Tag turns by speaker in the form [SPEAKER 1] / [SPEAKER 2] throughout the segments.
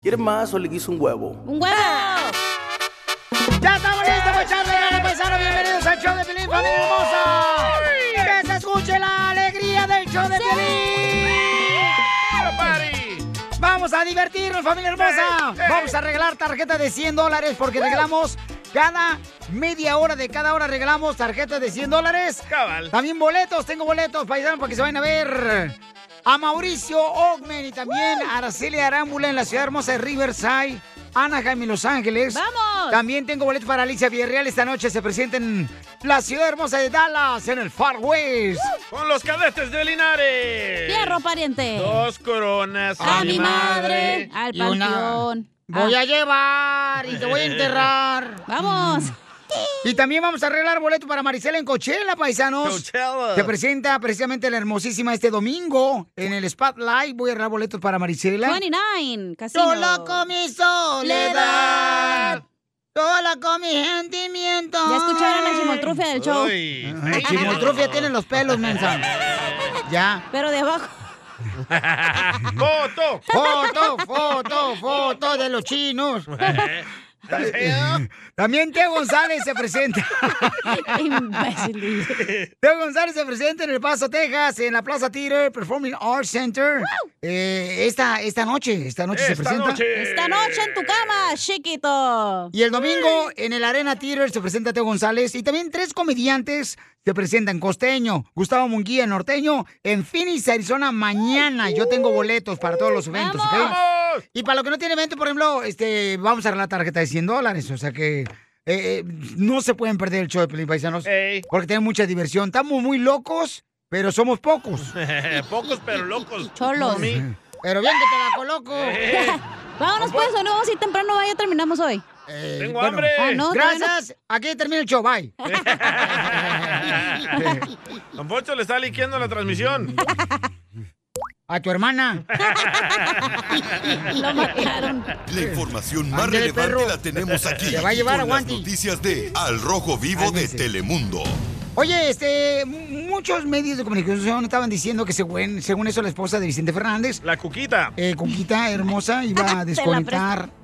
[SPEAKER 1] ¿Quieres más o le quiso un huevo?
[SPEAKER 2] ¡Un huevo!
[SPEAKER 3] ¡Ya estamos listos pues, para echarle ganas, paisanos! ¡Bienvenidos al show de Pelín, familia hermosa! ¡Que se escuche la alegría del show de Pelín! ¡Vamos a divertirnos, familia hermosa! Vamos a regalar tarjeta de 100 dólares porque regalamos cada media hora de cada hora regalamos tarjeta de 100 dólares.
[SPEAKER 4] Cabal.
[SPEAKER 3] También boletos, tengo boletos, paisanos, para que se vayan a ver a Mauricio Ogmen y también a Araceli Arámbula en la ciudad hermosa de Riverside, Anaheim y Los Ángeles. ¡Vamos! También tengo boletos para Alicia Villarreal. Esta noche se presenta en la ciudad hermosa de Dallas, en el Far West.
[SPEAKER 4] Con los cadetes de Linares.
[SPEAKER 2] Fierro, pariente.
[SPEAKER 4] Dos coronas.
[SPEAKER 2] A mi madre. Al
[SPEAKER 4] Y una-
[SPEAKER 2] panteón. Ah.
[SPEAKER 3] Voy a llevar y te voy a enterrar.
[SPEAKER 2] ¡Vamos!
[SPEAKER 3] Y también vamos a arreglar boleto para Marisela en Coachella, paisanos.
[SPEAKER 4] Coachella.
[SPEAKER 3] Se presenta precisamente la hermosísima este domingo en el Spotlight. Voy a arreglar boletos para Marisela.
[SPEAKER 2] 29, casino.
[SPEAKER 3] Solo con mi soledad. Solo con mi sentimiento.
[SPEAKER 2] Ya escucharon la chimotrufia del show.
[SPEAKER 4] Uy.
[SPEAKER 3] Ay, Chimotrufia tiene los pelos, mensa. Ya.
[SPEAKER 2] Pero de abajo.
[SPEAKER 4] ¡Foto!
[SPEAKER 3] Foto, foto, foto de los chinos.
[SPEAKER 4] Eh.
[SPEAKER 3] También Teo González se presenta. Teo González se presenta en El Paso, Texas, en la Plaza Theater Performing Arts Center. Eh, esta, esta noche, esta noche se
[SPEAKER 4] Esta
[SPEAKER 3] presenta.
[SPEAKER 4] noche.
[SPEAKER 2] Esta noche en tu cama, chiquito.
[SPEAKER 3] Y el domingo en el Arena Theater se presenta Teo González y también tres comediantes se presentan. Costeño, Gustavo Munguía, Norteño, en Phoenix, Arizona, mañana. Yo tengo boletos para todos los eventos, ¿ok?
[SPEAKER 4] ¡Vamos!
[SPEAKER 3] Y para lo que no tiene evento, por ejemplo, este, vamos a dar la tarjeta de 100 dólares. O sea que eh, eh, no se pueden perder el show de Pelín Paisanos
[SPEAKER 4] Ey.
[SPEAKER 3] porque tienen mucha diversión. Estamos muy locos, pero somos pocos.
[SPEAKER 4] Pocos pero locos.
[SPEAKER 2] Cholos.
[SPEAKER 4] Como mí.
[SPEAKER 3] Pero bien que te la coloco.
[SPEAKER 4] Eh,
[SPEAKER 2] Vámonos pues, o no vamos a ir temprano, vaya, terminamos hoy.
[SPEAKER 3] Eh,
[SPEAKER 4] Tengo
[SPEAKER 3] bueno,
[SPEAKER 4] hambre.
[SPEAKER 2] Ah, no, todavía no.
[SPEAKER 3] Gracias. Aquí termina el show. Bye.
[SPEAKER 4] Don Pocho le está liqueando la transmisión.
[SPEAKER 3] A tu hermana.
[SPEAKER 2] Lo mataron.
[SPEAKER 5] La información más
[SPEAKER 3] Ándale,
[SPEAKER 5] relevante
[SPEAKER 3] perro.
[SPEAKER 5] la tenemos aquí.
[SPEAKER 3] Te va a llevar
[SPEAKER 5] con
[SPEAKER 3] a
[SPEAKER 5] las
[SPEAKER 3] Guanti.
[SPEAKER 5] noticias de Al Rojo Vivo de
[SPEAKER 3] Cálmense.
[SPEAKER 5] Telemundo.
[SPEAKER 3] Oye, este, mu- muchos medios de comunicación estaban diciendo que según, según eso la esposa de Vicente Fernández,
[SPEAKER 4] La cuquita.
[SPEAKER 3] eh, Conquita Hermosa, iba a desconectar. ah,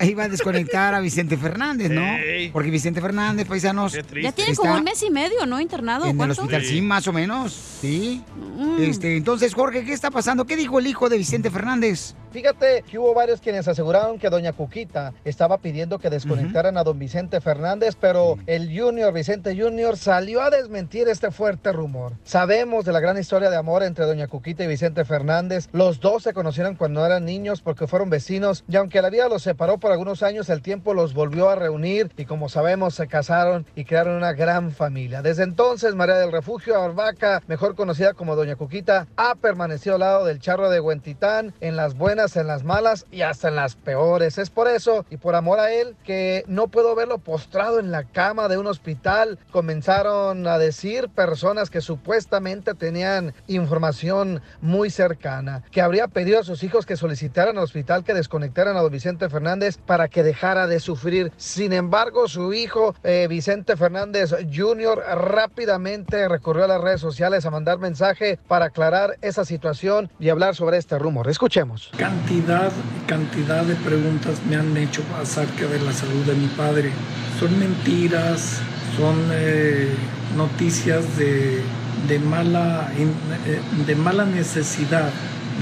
[SPEAKER 3] Iba a desconectar a Vicente Fernández, ¿no?
[SPEAKER 4] Ey.
[SPEAKER 3] Porque Vicente Fernández, paisanos,
[SPEAKER 4] Qué
[SPEAKER 3] en
[SPEAKER 2] Ya
[SPEAKER 4] triste.
[SPEAKER 2] tiene como
[SPEAKER 3] Está-
[SPEAKER 2] un mes y medio, ¿no? Internado.
[SPEAKER 3] el
[SPEAKER 2] ¿Cuánto?
[SPEAKER 3] hospital, sí, más o menos, sí.
[SPEAKER 2] Mm.
[SPEAKER 3] Este, entonces, Jorge, ¿qué está pasando? ¿Qué dijo el hijo de Vicente Fernández?
[SPEAKER 6] Fíjate que hubo varios quienes aseguraron que doña Cuquita estaba pidiendo que desconectaran a don Vicente Fernández, pero el Junior, Vicente Junior, salió a desmentir este fuerte rumor. Sabemos de la gran historia de amor entre doña Cuquita y Vicente Fernández. Los dos se conocieron cuando eran niños porque fueron vecinos y aunque la vida los separó por algunos años, el tiempo los volvió a reunir y como sabemos se casaron y crearon una gran familia. Desde entonces, María del Refugio Arbaca, mejor conocida como doña Cuquita, ha permanecido al lado del charro de Huentitán en las buenas, en las malas y hasta en las peores. Es por eso y por amor a él que no puedo verlo postrado en la cama de un hospital. Comenzaron a decir personas que supuestamente tenían información muy cercana, que habría pedido a sus hijos que solicitaran al hospital que desconectaran a don Vicente Fernández para que dejara de sufrir. Sin embargo, su hijo eh, Vicente Fernández Jr. rápidamente recurrió a las redes sociales a mandar mensaje para aclarar esa situación y hablar sobre este rumor. Escuchemos.
[SPEAKER 7] Cantidad, cantidad de preguntas me han hecho acerca de la salud de mi padre. Son mentiras, son eh, noticias de, de mala, in- eh, de mala necesidad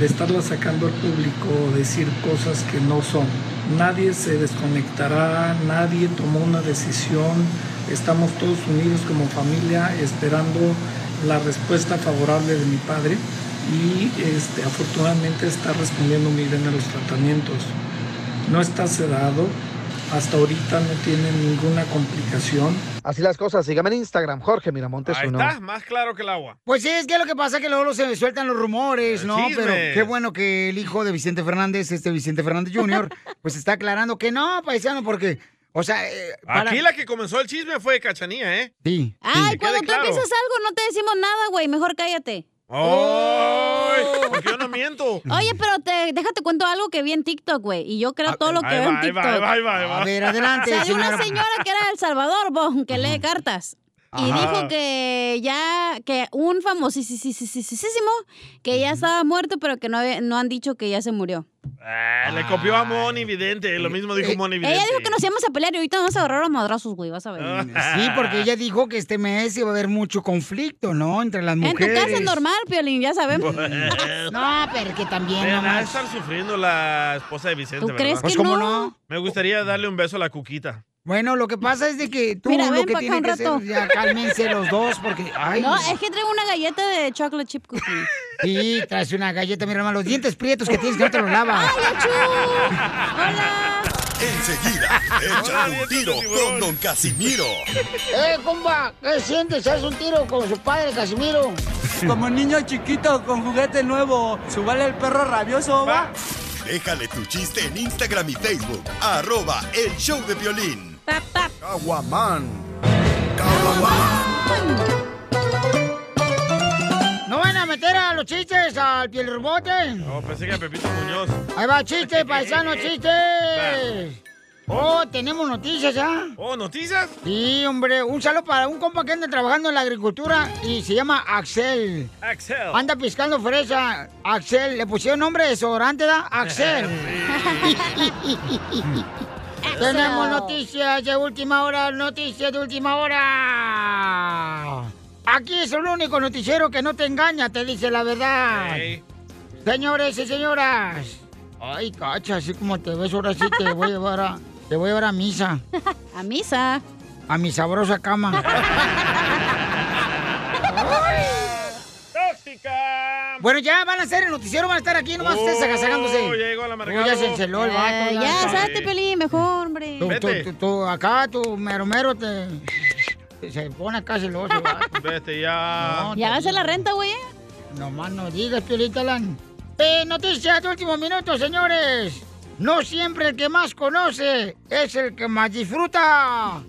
[SPEAKER 7] de estarla sacando al público, decir cosas que no son. Nadie se desconectará, nadie tomó una decisión. Estamos todos unidos como familia esperando la respuesta favorable de mi padre y este, afortunadamente está respondiendo muy bien a los tratamientos. No está sedado, hasta ahorita no tiene ninguna complicación.
[SPEAKER 6] Así las cosas, síganme en Instagram, Jorge Miramontes
[SPEAKER 4] Ahí
[SPEAKER 6] uno.
[SPEAKER 4] está, más claro que el agua. Eh,
[SPEAKER 3] Pues sí, es que lo que pasa es que luego lo- se sueltan los rumores, ¿no?
[SPEAKER 4] Chismes.
[SPEAKER 3] Pero qué bueno que el hijo de Vicente Fernández, este Vicente Fernández Jr., pues está aclarando que no, paisano, porque, o sea, eh, para-
[SPEAKER 4] Aquí la que comenzó el chisme fue Cachanía, ¿eh?
[SPEAKER 3] Sí,
[SPEAKER 2] Ay,
[SPEAKER 4] Que
[SPEAKER 2] cuando
[SPEAKER 4] quede
[SPEAKER 2] tú
[SPEAKER 4] claro.
[SPEAKER 2] empiezas algo, no te decimos nada, güey. Mejor cállate.
[SPEAKER 4] ¡Ay! Porque yo no miento.
[SPEAKER 2] Oh. Oye, pero te, déjate cuento algo que vi en TikTok, güey. Y yo creo todo lo que
[SPEAKER 4] Ah, eh, Ahí
[SPEAKER 2] veo
[SPEAKER 4] va, ahí
[SPEAKER 2] en TikTok.
[SPEAKER 4] va, ahí va, ahí va,
[SPEAKER 3] A
[SPEAKER 4] ahí va.
[SPEAKER 3] ver, adelante,
[SPEAKER 2] Salió
[SPEAKER 3] señora.
[SPEAKER 2] una señora que era de El Salvador, vos, que lee cartas. Y
[SPEAKER 4] Ajá.
[SPEAKER 2] dijo que ya, que un famosísimo, que ya estaba muerto, pero que no, había- no han dicho que ya se murió.
[SPEAKER 4] Ah, le copió a Moni Vidente, lo mismo dijo Moni Vidente.
[SPEAKER 2] Ella dijo que nos íbamos a pelear y ahorita vamos a agarrar a madrazos, güey, vas a
[SPEAKER 3] Ah,
[SPEAKER 2] ver.
[SPEAKER 3] Sí, porque ella dijo que este mes iba a haber mucho conflicto, ¿no? Entre las
[SPEAKER 2] En tu
[SPEAKER 3] mujeres.
[SPEAKER 2] casa es normal, Piolín, ya sabemos.
[SPEAKER 3] No, pero que también,
[SPEAKER 4] Vean, ha de
[SPEAKER 3] nomás.
[SPEAKER 4] estar sufriendo la esposa de Vicente,
[SPEAKER 2] ¿Tú
[SPEAKER 4] ¿verdad?
[SPEAKER 2] crees
[SPEAKER 3] Pues,
[SPEAKER 2] que
[SPEAKER 3] ¿cómo
[SPEAKER 2] no?
[SPEAKER 3] no?
[SPEAKER 4] Me gustaría darle un beso a la cuquita.
[SPEAKER 3] Bueno, lo que pasa es de que tú
[SPEAKER 2] Mira,
[SPEAKER 3] lo
[SPEAKER 2] ven
[SPEAKER 3] que
[SPEAKER 2] pa' acá
[SPEAKER 3] tienes
[SPEAKER 2] un
[SPEAKER 3] que hacer,
[SPEAKER 2] rato.
[SPEAKER 3] ya cálmense los dos, porque, ay,
[SPEAKER 2] No, es que traigo una galleta de chocolate chip cookie.
[SPEAKER 3] sí, traes una galleta, mira, hermano, los dientes prietos que tienes que no te los lavas.
[SPEAKER 2] ¡Achú! ¡Hola!
[SPEAKER 5] Enseguida, échate un tiro con Don Casimiro.
[SPEAKER 8] ¡Eh, comba! ¿Qué sientes? ¿Haz un tiro con su padre, Casimiro?
[SPEAKER 9] Como niño chiquito con juguete nuevo, subale el perro rabioso, va.
[SPEAKER 5] Déjale tu chiste en Instagram y Facebook. Arroba El Show de Violín.
[SPEAKER 2] ¡Pap, pap!
[SPEAKER 3] No van a meter a los chistes al piel rebote.
[SPEAKER 4] No, Oh, pensé que a Pepito Muñoz.
[SPEAKER 3] Ahí va, chiste, paisano, chistes. Oh, tenemos noticias ya.
[SPEAKER 4] Oh, ¿noticias?
[SPEAKER 3] Sí, hombre, un saludo para un compa que anda trabajando en la agricultura y se llama Axel.
[SPEAKER 4] Axel.
[SPEAKER 3] Anda piscando fresa. Axel, le pusieron nombre de desodorante, ¿da? Axel. Tenemos noticias de última hora, noticias de última hora. Aquí es el único noticiero que no te engaña, te dice la verdad.
[SPEAKER 4] Ey.
[SPEAKER 3] Señores y señoras. Ay, cacha, así como te ves ahora sí te voy a llevar a, te voy a, llevar a misa,
[SPEAKER 2] A misa.
[SPEAKER 3] a mi sabrosa cama.
[SPEAKER 4] ¡Tóxica!
[SPEAKER 3] Bueno, ya van a hacer el noticiero, van a estar aquí nomás ustedes
[SPEAKER 4] Oh,
[SPEAKER 3] agasajándose.
[SPEAKER 4] llegó la
[SPEAKER 3] Oh, ya se enceló el vato.
[SPEAKER 2] Ay, Eh, ya,
[SPEAKER 3] ya.
[SPEAKER 2] salte, Piolín, mejor, hombre.
[SPEAKER 3] Tú, tú,
[SPEAKER 4] Vete.
[SPEAKER 3] tú, tú, acá tu meromero te, te- se pone acá celoso. vato.
[SPEAKER 4] Vete ya.
[SPEAKER 3] No,
[SPEAKER 2] Ya vas a la renta, güey.
[SPEAKER 3] Nomás no digas, Piolita Lan. Eh, noticias de último minuto, señores. No siempre el que más conoce es el que más disfruta.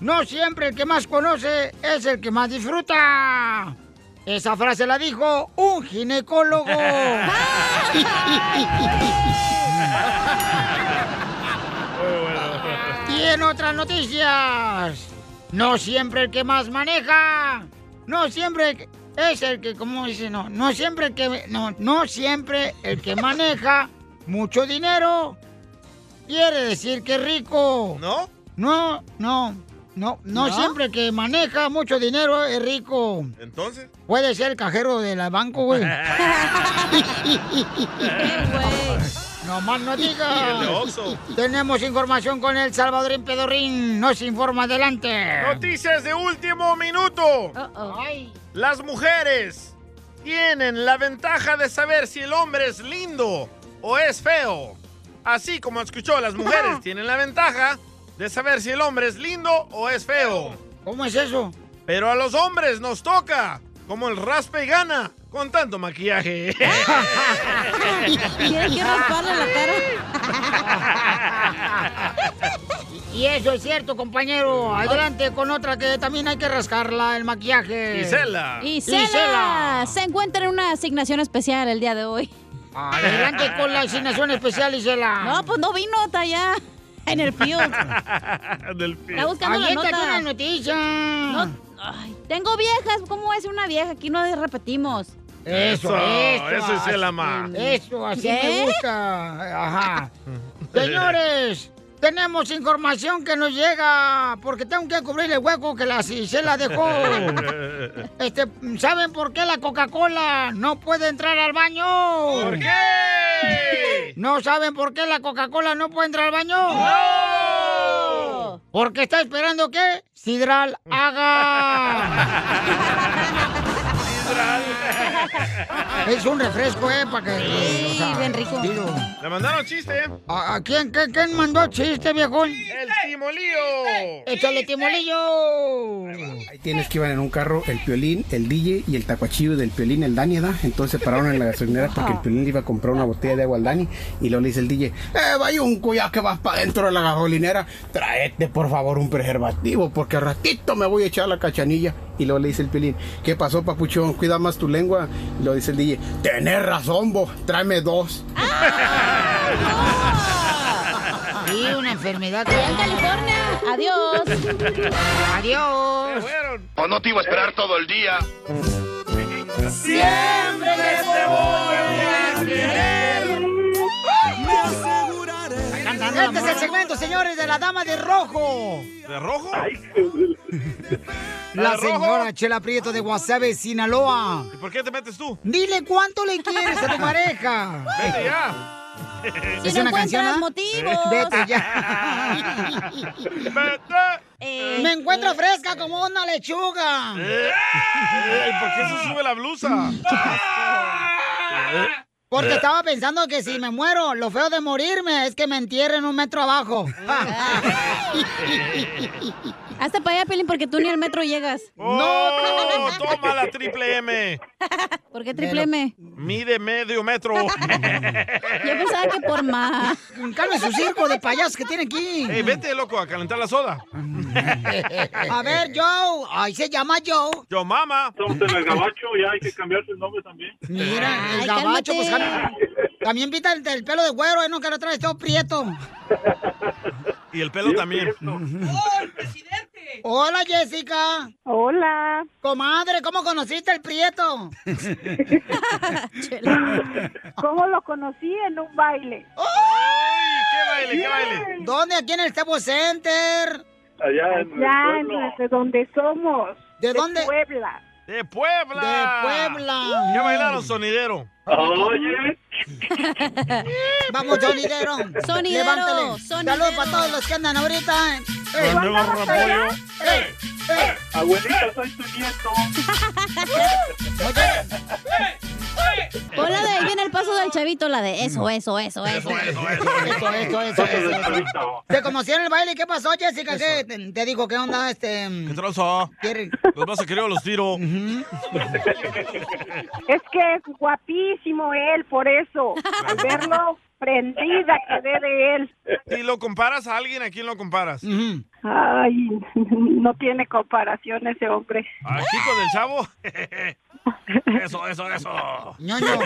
[SPEAKER 3] No siempre el que más conoce es el que más disfruta. Esa frase la dijo un ginecólogo.
[SPEAKER 4] Oh.
[SPEAKER 3] Y en otras noticias, no siempre el que más maneja, no siempre es el que, ¿cómo dice? No, no siempre el que, no, no siempre el que maneja mucho dinero quiere decir que es rico.
[SPEAKER 4] ¿No?
[SPEAKER 3] No, no, no, no, siempre el que maneja mucho dinero es rico.
[SPEAKER 4] ¿Entonces?
[SPEAKER 3] Puede ser el cajero del banco, güey. no más no
[SPEAKER 4] Y el de
[SPEAKER 3] digas.
[SPEAKER 4] Oxxo.
[SPEAKER 3] Tenemos información con el Salvadorín Pedorrín. Nos informa adelante. Ah,
[SPEAKER 4] Noticias de último minuto.
[SPEAKER 2] Oh, oh.
[SPEAKER 3] Ay.
[SPEAKER 4] Las mujeres tienen la ventaja de saber si el hombre es lindo o es feo. Así como escuchó, las mujeres tienen la ventaja de saber si el hombre es lindo o es feo.
[SPEAKER 3] ¿Cómo es eso?
[SPEAKER 4] Pero a los hombres nos toca, como el raspa y gana, con tanto maquillaje.
[SPEAKER 2] Tienes que rasparle la cara.
[SPEAKER 3] Y eso es cierto, compañero. Adelante con otra que también hay que rascarla, el maquillaje.
[SPEAKER 4] Gisela.
[SPEAKER 2] Y
[SPEAKER 3] Isela.
[SPEAKER 2] Cela se encuentra en una asignación especial el día de hoy.
[SPEAKER 3] Adelante con la asignación especial, Isela.
[SPEAKER 2] No, pues no vino, está allá en el field.
[SPEAKER 4] Del
[SPEAKER 2] Está buscando la
[SPEAKER 3] Aviéntate una
[SPEAKER 2] nota.
[SPEAKER 3] noticia.
[SPEAKER 2] No, ay, tengo viejas, ¿cómo voy a ser una vieja? Aquí no repetimos.
[SPEAKER 3] Eso,
[SPEAKER 4] Eso,
[SPEAKER 3] eso.
[SPEAKER 4] eso es el ama.
[SPEAKER 3] así- Eso, así me
[SPEAKER 2] ¿Qué?
[SPEAKER 3] gusta. Ajá. Señores, tenemos información que nos llega porque tengo que cubrir el hueco que la Isela dejó. Este, ¿saben por qué la Coca-Cola no puede entrar al baño?
[SPEAKER 4] ¿Por qué?
[SPEAKER 3] ¿No saben por qué la Coca-Cola no puede entrar al baño?
[SPEAKER 4] ¡No!
[SPEAKER 3] Porque está esperando que Sidral haga. es un refresco, ¿eh? Para que.
[SPEAKER 2] Sí, bien rico.
[SPEAKER 3] digo,
[SPEAKER 4] Le mandaron chiste, ¿eh?
[SPEAKER 3] ¿a, a quién, qué- quién mandó chiste, viejón?
[SPEAKER 4] El timolío.
[SPEAKER 3] ¡Échale timolillo!
[SPEAKER 10] Ahí tienes que iban en un carro el Piolín, el DJ y el tacuachillo del Piolín, el Dani, ¿da? Entonces pararon en la gasolinera porque el Piolín le iba a comprar una botella de agua al Dani y luego le dice el DJ, eh, vaya un cuya que vas para dentro de la gasolinera, tráete por favor un preservativo porque al ratito me voy a echar la cachanilla. Y luego le dice el Piolín, ¿qué pasó papuchón? Cuida más tu lengua. Y lo dice el DJ, tenés razón vos, tráeme dos.
[SPEAKER 3] Sí, una enfermedad. enfermedad.
[SPEAKER 2] Allá en California. Adiós.
[SPEAKER 3] Adiós.
[SPEAKER 11] ¿O no te iba a esperar todo el día?
[SPEAKER 3] Siempre te voy a querer. Me aseguraré. Este es el segmento, señores, de la dama de rojo.
[SPEAKER 4] ¿De rojo?
[SPEAKER 3] La
[SPEAKER 4] ¿De rojo?
[SPEAKER 3] señora Chela Prieto de Guasave, Sinaloa.
[SPEAKER 4] ¿Y por qué te metes tú?
[SPEAKER 3] Dile cuánto le quieres a tu pareja.
[SPEAKER 4] Vete ya.
[SPEAKER 3] ¿Es una canción? ah? Vete ya. Eh, Me
[SPEAKER 4] Eh.
[SPEAKER 3] encuentro fresca como una lechuga.
[SPEAKER 4] Ey, ¿Por qué se sube la blusa?
[SPEAKER 3] Porque estaba pensando que si me muero, lo feo de morirme es que me entierren un metro abajo.
[SPEAKER 4] Eh.
[SPEAKER 2] Hasta para allá, Pelín, porque tú ni al metro llegas.
[SPEAKER 4] ¡No! Oh, ¡Toma la triple M!
[SPEAKER 2] ¿Por qué triple M?
[SPEAKER 4] Mide medio metro.
[SPEAKER 2] Yo pensaba que por más.
[SPEAKER 3] Calma su circo de payasos que tiene aquí.
[SPEAKER 4] Ey, vete, loco, a calentar la soda.
[SPEAKER 3] A ver, Joe. Ay, se llama Joe.
[SPEAKER 4] Yo, mamá.
[SPEAKER 12] Estamos en el gabacho, ya hay que cambiarse el nombre también.
[SPEAKER 3] Mira, El gabacho, pues jala- También pinta el, el pelo de güero, ¿eh? No, que lo traes todo prieto.
[SPEAKER 4] Y el pelo también.
[SPEAKER 3] Hola, Jessica. Hola. Comadre, ¿cómo conociste al prieto? ¿Cómo lo conocí? En un baile.
[SPEAKER 4] ¡Ay! ¿Qué baile? ¿Qué baile?
[SPEAKER 3] ¿Dónde? Aquí en el Tebo Center.
[SPEAKER 12] Allá en el
[SPEAKER 13] Allá en
[SPEAKER 12] pueblo.
[SPEAKER 13] de donde somos.
[SPEAKER 3] ¿De, dónde?
[SPEAKER 13] Puebla.
[SPEAKER 4] ¡De Puebla!
[SPEAKER 13] De Puebla.
[SPEAKER 4] ¿Qué bailaron, sonidero?
[SPEAKER 12] Oye.
[SPEAKER 3] Vamos, sonidero.
[SPEAKER 2] Sonidero,
[SPEAKER 3] Levántale.
[SPEAKER 2] sonidero.
[SPEAKER 3] Saludos para todos los que andan ahorita.
[SPEAKER 12] Con nuevo
[SPEAKER 3] Andamos
[SPEAKER 12] Ramón.
[SPEAKER 3] allá. ¡Eh! ¡Eh!
[SPEAKER 12] Abuelita, soy tu nieto.
[SPEAKER 2] Pon la de ahí viene el paso del chavito, la de eso, eso, eso, eso.
[SPEAKER 3] Eso, eso, eso, eso, eso. Te conocieron en el baile, ¿qué pasó, Jessica? ¿Qué te, te dijo? ¿Qué onda? Este,
[SPEAKER 4] ¿Qué trozo?
[SPEAKER 3] ¿Quiere-
[SPEAKER 4] Los vas a querer o los tiro.
[SPEAKER 13] Es que es guapísimo él, por eso. Al verlo, prendida quedé de él.
[SPEAKER 4] Si lo comparas a alguien, ¿a quién lo comparas?
[SPEAKER 13] Ay, no tiene comparación ese hombre.
[SPEAKER 4] ¿Al chico del chavo? Eso, eso, eso.
[SPEAKER 3] Ñoño.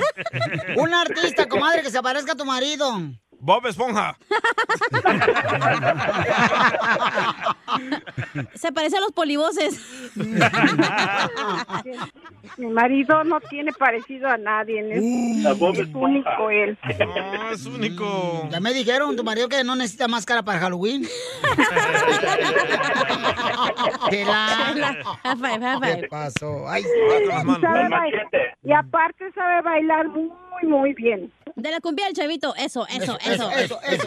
[SPEAKER 3] un artista, comadre, que se parezca a tu marido.
[SPEAKER 4] Bob Esponja.
[SPEAKER 2] Se parece a los polivoces.
[SPEAKER 13] Mi marido no tiene parecido a nadie. Es, es único él.
[SPEAKER 4] No, Ah, es único.
[SPEAKER 3] Mm, Ya me dijeron, tu marido que no necesita máscara para Halloween. Chela.
[SPEAKER 2] High five, high five.
[SPEAKER 3] ¿Qué pasó? Ay,
[SPEAKER 13] Y sabe bailar- Y aparte sabe bailar muy, muy bien.
[SPEAKER 2] De la cumbia del chavito, eso, eso, eso.
[SPEAKER 3] eso, eso,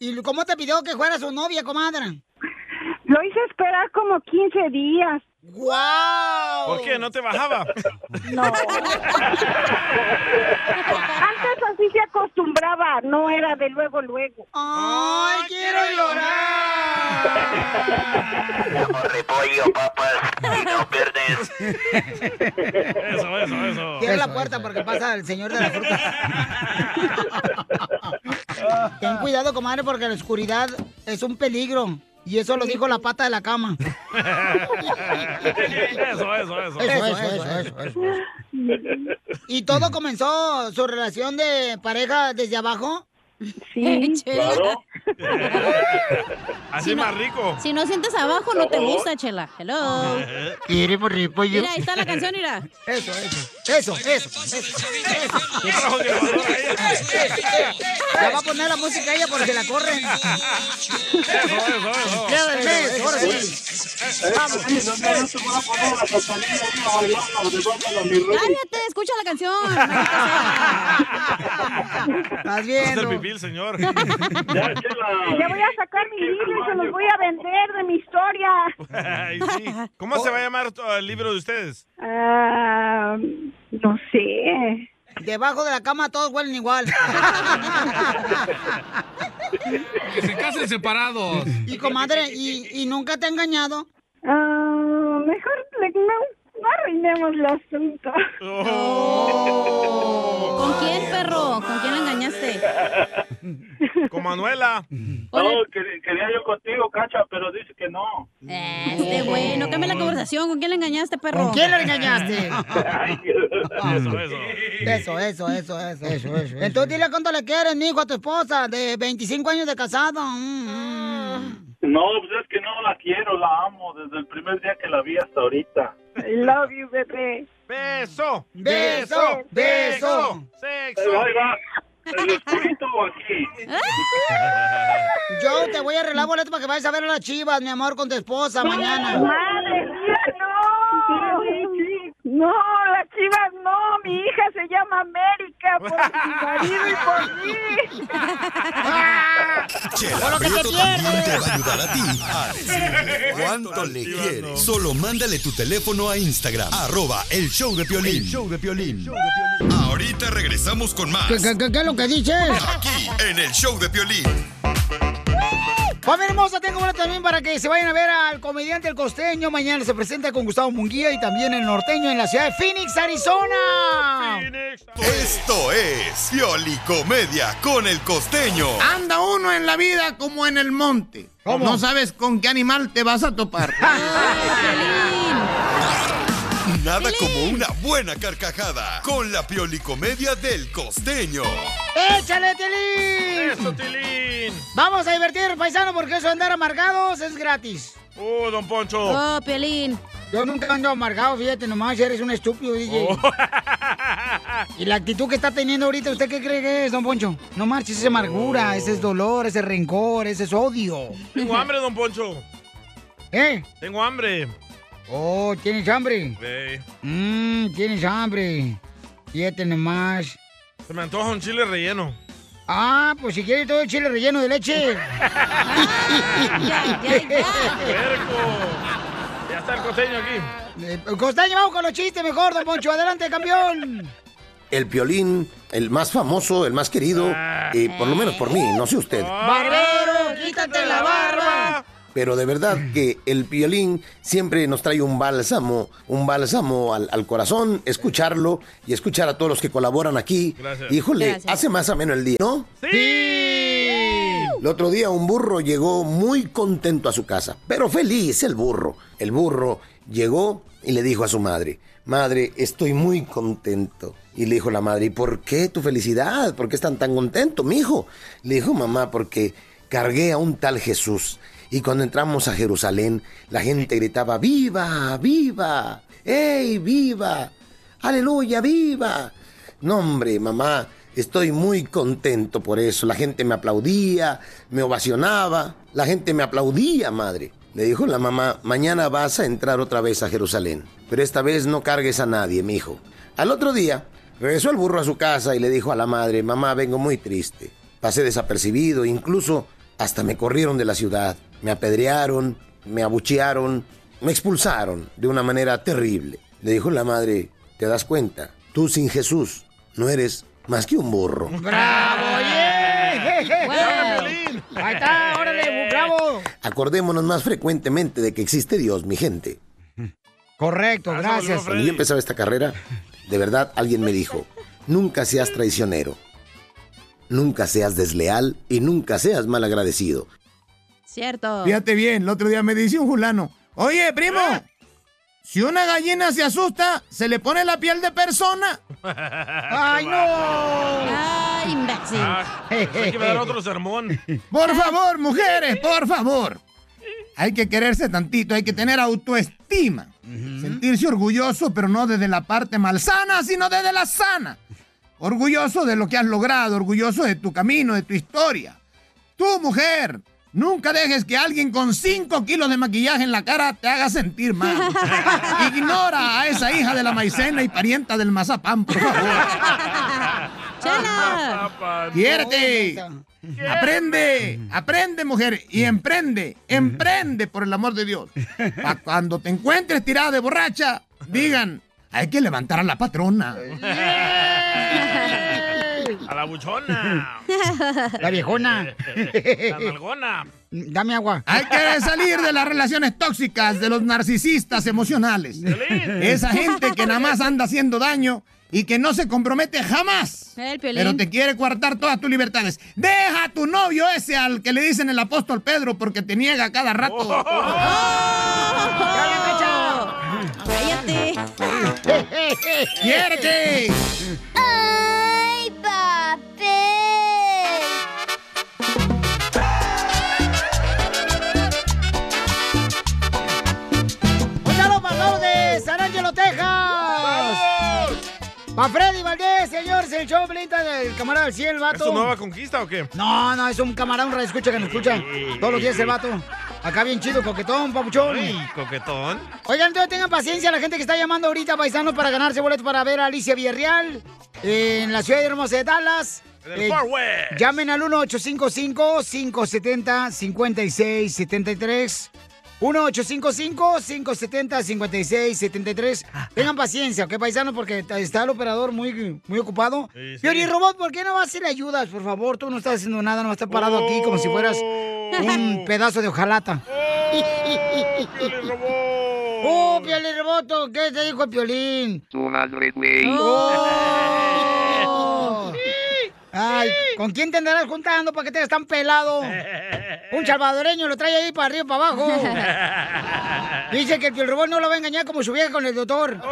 [SPEAKER 3] ¿Y cómo te pidió que fuera su novia, comadre?
[SPEAKER 13] Lo hice esperar como 15 días.
[SPEAKER 3] ¡Wow!
[SPEAKER 4] ¿Por qué? ¿No te bajaba?
[SPEAKER 13] No. Antes así se acostumbraba, no era de luego, luego.
[SPEAKER 3] ¡Ay, quiero
[SPEAKER 11] Repollo, papas y no pierdes.
[SPEAKER 4] Eso, eso, eso.
[SPEAKER 3] Cierra la puerta porque pasa el señor de la fruta. Ten cuidado, comadre, porque la oscuridad es un peligro. Y eso lo dijo la pata de la cama.
[SPEAKER 4] Eso, eso, eso.
[SPEAKER 3] Eso, eso, eso, eso, ¿Y todo comenzó su relación de pareja desde abajo?
[SPEAKER 13] Sí.
[SPEAKER 4] Claro. Así más rico.
[SPEAKER 2] Si no sientes abajo, no te gusta, chela. Hello.
[SPEAKER 3] Mira, pues,
[SPEAKER 2] Mira, ahí está la canción, mira.
[SPEAKER 3] Eso, eso, eso, eso, eso. Ya va a poner la música ella porque la corren. Empleada del mes, ahora sí.
[SPEAKER 2] Cállate, escucha la canción.
[SPEAKER 3] Estás
[SPEAKER 4] Es el pipí, el señor.
[SPEAKER 13] Ya voy a sacar mis libros y se los voy a vender de mi historia.
[SPEAKER 4] Ay, sí. ¿Cómo se va a llamar uh, el libro de ustedes?
[SPEAKER 13] Ah, no sé.
[SPEAKER 3] Debajo de la cama todos huelen igual.
[SPEAKER 6] Que se casen separados.
[SPEAKER 3] Y comadre, ¿y, y nunca te ha engañado?
[SPEAKER 13] Ah, mejor le- no, no arruinemos el asunto.
[SPEAKER 4] Oh.
[SPEAKER 2] ¿Con quién, perro? ¿Con quién la engañaste?
[SPEAKER 4] Con Manuela.
[SPEAKER 11] No, que- quería yo contigo, Cacha, pero dice que no.
[SPEAKER 2] Este güey, no cambia la conversación. ¿Con quién le engañaste, perro?
[SPEAKER 3] Oh. ¿Con quién le engañaste?
[SPEAKER 11] Eso, eso.
[SPEAKER 3] Eso, eso, eso, eso. Entonces dile cuánto le quieres, mijo, a tu esposa de 25 años de casado. Mm, mm.
[SPEAKER 11] No, pues es que no la quiero, la amo desde el primer día que la vi hasta ahorita.
[SPEAKER 13] Love you, bebé.
[SPEAKER 4] Beso.
[SPEAKER 11] Beso, beso.
[SPEAKER 4] Sexo.
[SPEAKER 11] Ahí va. ¿El oscurito o aquí?
[SPEAKER 3] Yo te voy a arreglar boleto para que vayas a ver a las chivas, mi amor, con tu esposa mañana.
[SPEAKER 13] ¡Madre mía, no! No, las chivas no, mi hija se llama América por mi marido y por mí.
[SPEAKER 5] Chela Prieto también te va a ayudar a ti a decirle cuánto le quieres. Solo mándale tu teléfono a Instagram, arroba el show de Piolín.
[SPEAKER 3] El
[SPEAKER 5] Ahorita regresamos con más
[SPEAKER 3] ¿Qué, qué, qué- qué es lo que dices?
[SPEAKER 5] aquí en el show de Piolín.
[SPEAKER 3] Familia hermosa, tengo boleto también para que se vayan a ver al comediante El Costeño. Mañana se presenta con Gustavo Munguía y también El Norteño en la ciudad de Phoenix, Arizona.
[SPEAKER 5] Esto es Pioli Comedia con el costeño.
[SPEAKER 14] Anda uno en la vida como en el monte. No sabes con qué animal te vas a topar.
[SPEAKER 5] Nada como una buena carcajada con la Pioli Comedia del costeño.
[SPEAKER 3] ¡Échale, Tilín!
[SPEAKER 4] Eso, Tilín.
[SPEAKER 3] Vamos a divertir, paisano, porque eso de andar amargados es gratis.
[SPEAKER 4] Uh, don Poncho.
[SPEAKER 3] Pelín. Yo nunca ando amargado, fíjate nomás, eres un estúpido, DJ.
[SPEAKER 4] Oh.
[SPEAKER 3] y la actitud que está teniendo ahorita, ¿usted qué cree que es, don Poncho? No marches, esa amargura, ese es dolor, ese rencor, ese es odio.
[SPEAKER 4] Tengo hambre, don Poncho.
[SPEAKER 3] ¿Eh?
[SPEAKER 4] Tengo hambre.
[SPEAKER 3] Oh, ¿tienes hambre?
[SPEAKER 4] Ey,
[SPEAKER 3] Mmm, tienes hambre. Fíjate nomás.
[SPEAKER 4] Se me antoja un chile relleno.
[SPEAKER 3] Ah, pues si quieres todo el chile relleno de leche.
[SPEAKER 4] Puerco. Ya está el costeño aquí.
[SPEAKER 3] Eh, Costeño, vamos con los chistes mejor, don Poncho. Adelante, campeón.
[SPEAKER 15] El violín, el más famoso, el más querido, y por lo menos por mí, no sé usted.
[SPEAKER 3] Barbero, quítate la barba.
[SPEAKER 15] Pero de verdad que el violín siempre nos trae un bálsamo, un bálsamo al, al corazón, escucharlo y escuchar a todos los que colaboran aquí.
[SPEAKER 4] Gracias.
[SPEAKER 15] Híjole,
[SPEAKER 4] Gracias.
[SPEAKER 15] hace más o menos el día, ¿no?
[SPEAKER 4] ¡Sí!
[SPEAKER 15] El otro día un burro llegó muy contento a su casa, pero feliz el burro. El burro llegó y le dijo a su madre, madre, estoy muy contento. Y le dijo la madre, ¿y por qué tu felicidad? ¿Por qué están tan contento, mijo? Le dijo mamá, porque cargué a un tal Jesús. Y cuando entramos a Jerusalén, la gente gritaba, ¡viva, viva! ¡Ey, viva! ¡Aleluya, viva! No, hombre, mamá, estoy muy contento por eso. La gente me aplaudía, me ovacionaba, la gente me aplaudía, madre. Le dijo la mamá, mañana vas a entrar otra vez a Jerusalén, pero esta vez no cargues a nadie, mi hijo. Al otro día, regresó el burro a su casa y le dijo a la madre, mamá, vengo muy triste. Pasé desapercibido, incluso hasta me corrieron de la ciudad. Me apedrearon, me abuchearon, me expulsaron de una manera terrible. Le dijo la madre, ¿te das cuenta? Tú sin Jesús no eres más que un burro.
[SPEAKER 3] Ahí está, órale, bravo.
[SPEAKER 15] Acordémonos más frecuentemente de que existe Dios, mi gente.
[SPEAKER 3] Correcto, gracias.
[SPEAKER 15] Cuando yo empezaba esta carrera, de verdad alguien me dijo, nunca seas traicionero, nunca seas desleal y nunca seas malagradecido.
[SPEAKER 2] Cierto.
[SPEAKER 14] Fíjate bien, el otro día me dice un fulano, oye, primo, si una gallina se asusta, se le pone la piel de persona.
[SPEAKER 11] ¡Ay,
[SPEAKER 14] no! ¡Ay,
[SPEAKER 4] hay
[SPEAKER 2] imbécil!
[SPEAKER 4] Ah, que dar otro sermón.
[SPEAKER 14] Por favor, mujeres, por favor. Hay que quererse tantito, hay que tener autoestima. Sentirse orgulloso, pero no desde la parte malsana, sino desde la sana. Orgulloso de lo que has logrado, orgulloso de tu camino, de tu historia. Tú, mujer, nunca dejes que alguien con 5 kilos de maquillaje en la cara te haga sentir mal. Ignora a esa hija de la maicena y parienta del mazapán, por favor. Quiérete. Aprende, aprende mujer y emprende, emprende por el amor de Dios. Pa' cuando te encuentres tirada de borracha, digan, hay que levantar a la patrona.
[SPEAKER 4] A la buchona.
[SPEAKER 3] La viejona.
[SPEAKER 4] La nalgona.
[SPEAKER 3] Dame agua.
[SPEAKER 16] Hay que salir de las relaciones tóxicas, de los narcisistas emocionales. Esa gente que nada más anda haciendo daño y que no se compromete jamás.
[SPEAKER 2] El Piolín.
[SPEAKER 16] Pero te quiere coartar todas tus libertades. Deja a tu novio ese al que le dicen el apóstol Pedro porque te niega cada rato.
[SPEAKER 2] ¡Cállate!
[SPEAKER 16] ¡Quiérete!
[SPEAKER 17] ¡Ay, papel!
[SPEAKER 3] ¡Un saludo para todos de San Angelo, Texas! Pa' Freddy Valdés, señores, el show Belinda del camarada del cielo, el
[SPEAKER 4] ¿Es
[SPEAKER 3] vato.
[SPEAKER 4] tu nueva conquista o qué?
[SPEAKER 3] No, no, es un camarada, un escucha que nos escucha todos los días el vato. Acá bien chido, coquetón, papuchón.
[SPEAKER 4] Ay, coquetón.
[SPEAKER 3] Oigan, entonces tengan paciencia a la gente que está llamando ahorita, paisanos, para ganarse boleto para ver a Alicia Villarreal eh, en la ciudad hermosa de Dallas. Eh,
[SPEAKER 4] En el Far West.
[SPEAKER 3] Llamen al 1-855-570-5673. 1-855-570-5673.
[SPEAKER 4] Ah.
[SPEAKER 3] Tengan paciencia, ¿ok, paisanos? Porque está- está el operador muy, muy ocupado.
[SPEAKER 17] Sí, sí.
[SPEAKER 3] Piori Robot, ¿por qué no vas a ir ayudas, por favor? Tú no estás haciendo nada, no estás parado aquí como si fueras un pedazo de hojalata. ¡Oh, Piolín Roboto! ¿Qué te dijo el Piolín?
[SPEAKER 17] Tu madre, güey.
[SPEAKER 3] ¡Oh! Ay, ¿con quién te andarás juntando para que te veas tan pelado? Un salvadoreño lo trae ahí para arriba y para abajo. Dice que el Piolín Robot no lo va a engañar como su vieja con el doctor.
[SPEAKER 17] Tu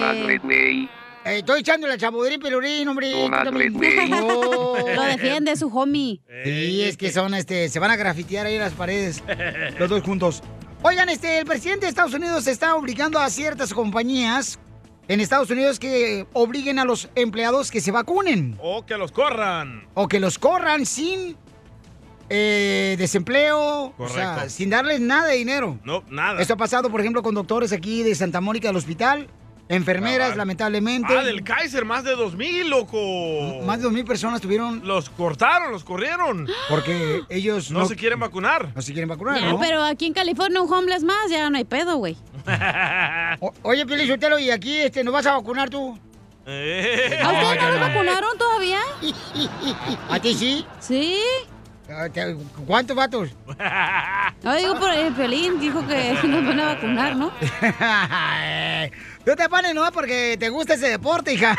[SPEAKER 17] madre, güey.
[SPEAKER 3] Eh, estoy echándole al chapudrín, Piolín, hombre. tú
[SPEAKER 17] Tómale,
[SPEAKER 3] también.
[SPEAKER 17] güey.
[SPEAKER 3] Oh.
[SPEAKER 17] Lo defiende,
[SPEAKER 2] su homie.
[SPEAKER 3] Sí, es que son, este, se van a grafitear ahí las paredes. Los dos juntos. Oigan, este, el presidente de Estados Unidos está obligando a ciertas compañías en Estados Unidos que obliguen a los empleados que se vacunen
[SPEAKER 4] O que los corran.
[SPEAKER 3] o que los corran sin eh, desempleo, o sea,
[SPEAKER 4] Correcto.
[SPEAKER 3] sin darles nada de dinero.
[SPEAKER 4] No, nada.
[SPEAKER 3] Esto ha pasado, por ejemplo, con doctores aquí de Santa Mónica del hospital, enfermeras,
[SPEAKER 4] Cabal.
[SPEAKER 3] lamentablemente.
[SPEAKER 4] Ah, del Kaiser, más de 2000, loco.
[SPEAKER 3] Más de 2.000 personas tuvieron...
[SPEAKER 4] Los cortaron, los corrieron.
[SPEAKER 3] Porque ellos
[SPEAKER 4] no,
[SPEAKER 3] no-
[SPEAKER 4] se quieren vacunar.
[SPEAKER 3] No se quieren vacunar,
[SPEAKER 2] Ya, pero aquí en California un homeless más, ya no hay pedo, güey.
[SPEAKER 3] O- oye, Piolín Sotelo, ¿y aquí este, nos vas a vacunar tú?
[SPEAKER 2] ¿A ustedes no los vacunaron todavía?
[SPEAKER 3] ¿A ti sí? Ah,
[SPEAKER 2] Sí.
[SPEAKER 3] ¿Cuántos vatos?
[SPEAKER 2] No, digo, por el Piolín dijo que nos van a vacunar, ¿no?
[SPEAKER 3] no te panes, no, porque te gusta ese deporte, hija.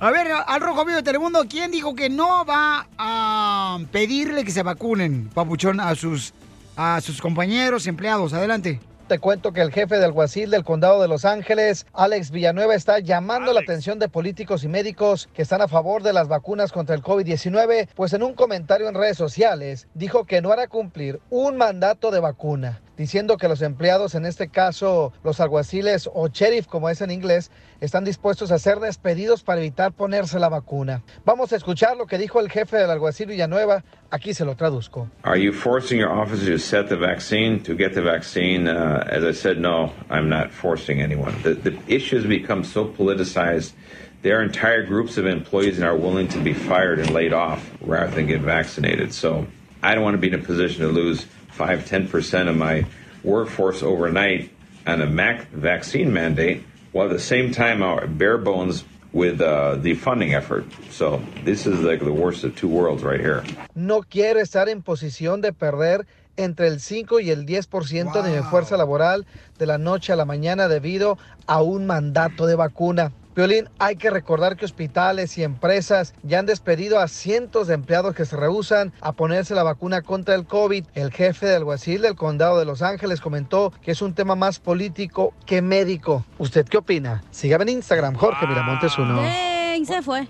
[SPEAKER 3] a ver, al Rojo Vivo de Telemundo, ¿quién dijo que no va a pedirle que se vacunen, papuchón, a sus, a sus compañeros, empleados? Adelante.
[SPEAKER 6] Te cuento que el jefe del alguacil del condado de Los Ángeles, Alex Villanueva, está llamando la atención de políticos y médicos que están a favor de las vacunas contra el COVID-19, pues en un comentario en redes sociales dijo que no hará cumplir un mandato de vacuna, diciendo que los empleados, en este caso los alguaciles o sheriff como es en inglés, están dispuestos a ser despedidos para evitar ponerse la vacuna. Vamos a escuchar lo que dijo el jefe del alguacil Villanueva, aquí se lo traduzco.
[SPEAKER 18] Are you forcing your officers to set the vaccine, to get the vaccine? Uh, as I said, no, I'm not forcing anyone. The, the issue has become so politicized, there are entire groups of employees that are willing to be fired and laid off rather than get vaccinated. So I don't want to be in a position to lose 5 10% of my workforce overnight on a mac- vaccine mandate, while at the same time, our bare bones with uh, the funding effort. So this is like the worst of two worlds right here.
[SPEAKER 6] no quiere estar en posición de perder entre el 5 y el 10% de mi fuerza laboral de la noche a la mañana debido a un mandato de vacuna. Violín, hay que recordar que hospitales y empresas ya han despedido a cientos de empleados que se rehusan a ponerse la vacuna contra el COVID. El jefe del alguacil del condado de Los Ángeles comentó que es un tema más político que médico. ¿Usted qué opina? Sígame en Instagram, Jorge Miramontes uno.
[SPEAKER 2] Ey, se fue.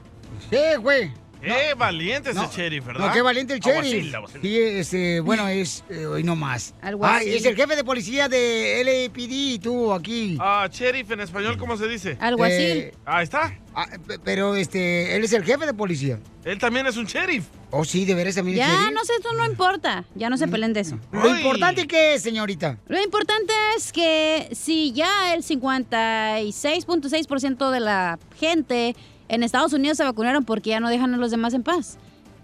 [SPEAKER 3] ¡Eh, güey!
[SPEAKER 4] ¡Qué valiente ese sheriff, ¿verdad?
[SPEAKER 3] No, qué valiente el sheriff.
[SPEAKER 4] Aguacil, aguacil.
[SPEAKER 3] Sí, este, bueno, es eh, hoy no más.
[SPEAKER 4] Alguacil.
[SPEAKER 3] Ay, es el jefe de policía de LAPD, tú aquí.
[SPEAKER 4] Ah, sheriff en español, ¿cómo se dice?
[SPEAKER 3] Alguacil.
[SPEAKER 4] Ah, Ahí está.
[SPEAKER 3] ah, Pero este, él es el jefe de policía.
[SPEAKER 4] Él también es un sheriff.
[SPEAKER 3] Oh, sí, de veras también es
[SPEAKER 2] Ya,
[SPEAKER 3] sheriff.
[SPEAKER 2] no sé, eso no importa. Ya no se peleen de eso.
[SPEAKER 3] Lo importante que es, señorita.
[SPEAKER 2] Lo importante es que si ya el 56.6% de la gente en Estados Unidos se vacunaron porque ya no dejan a los demás en paz.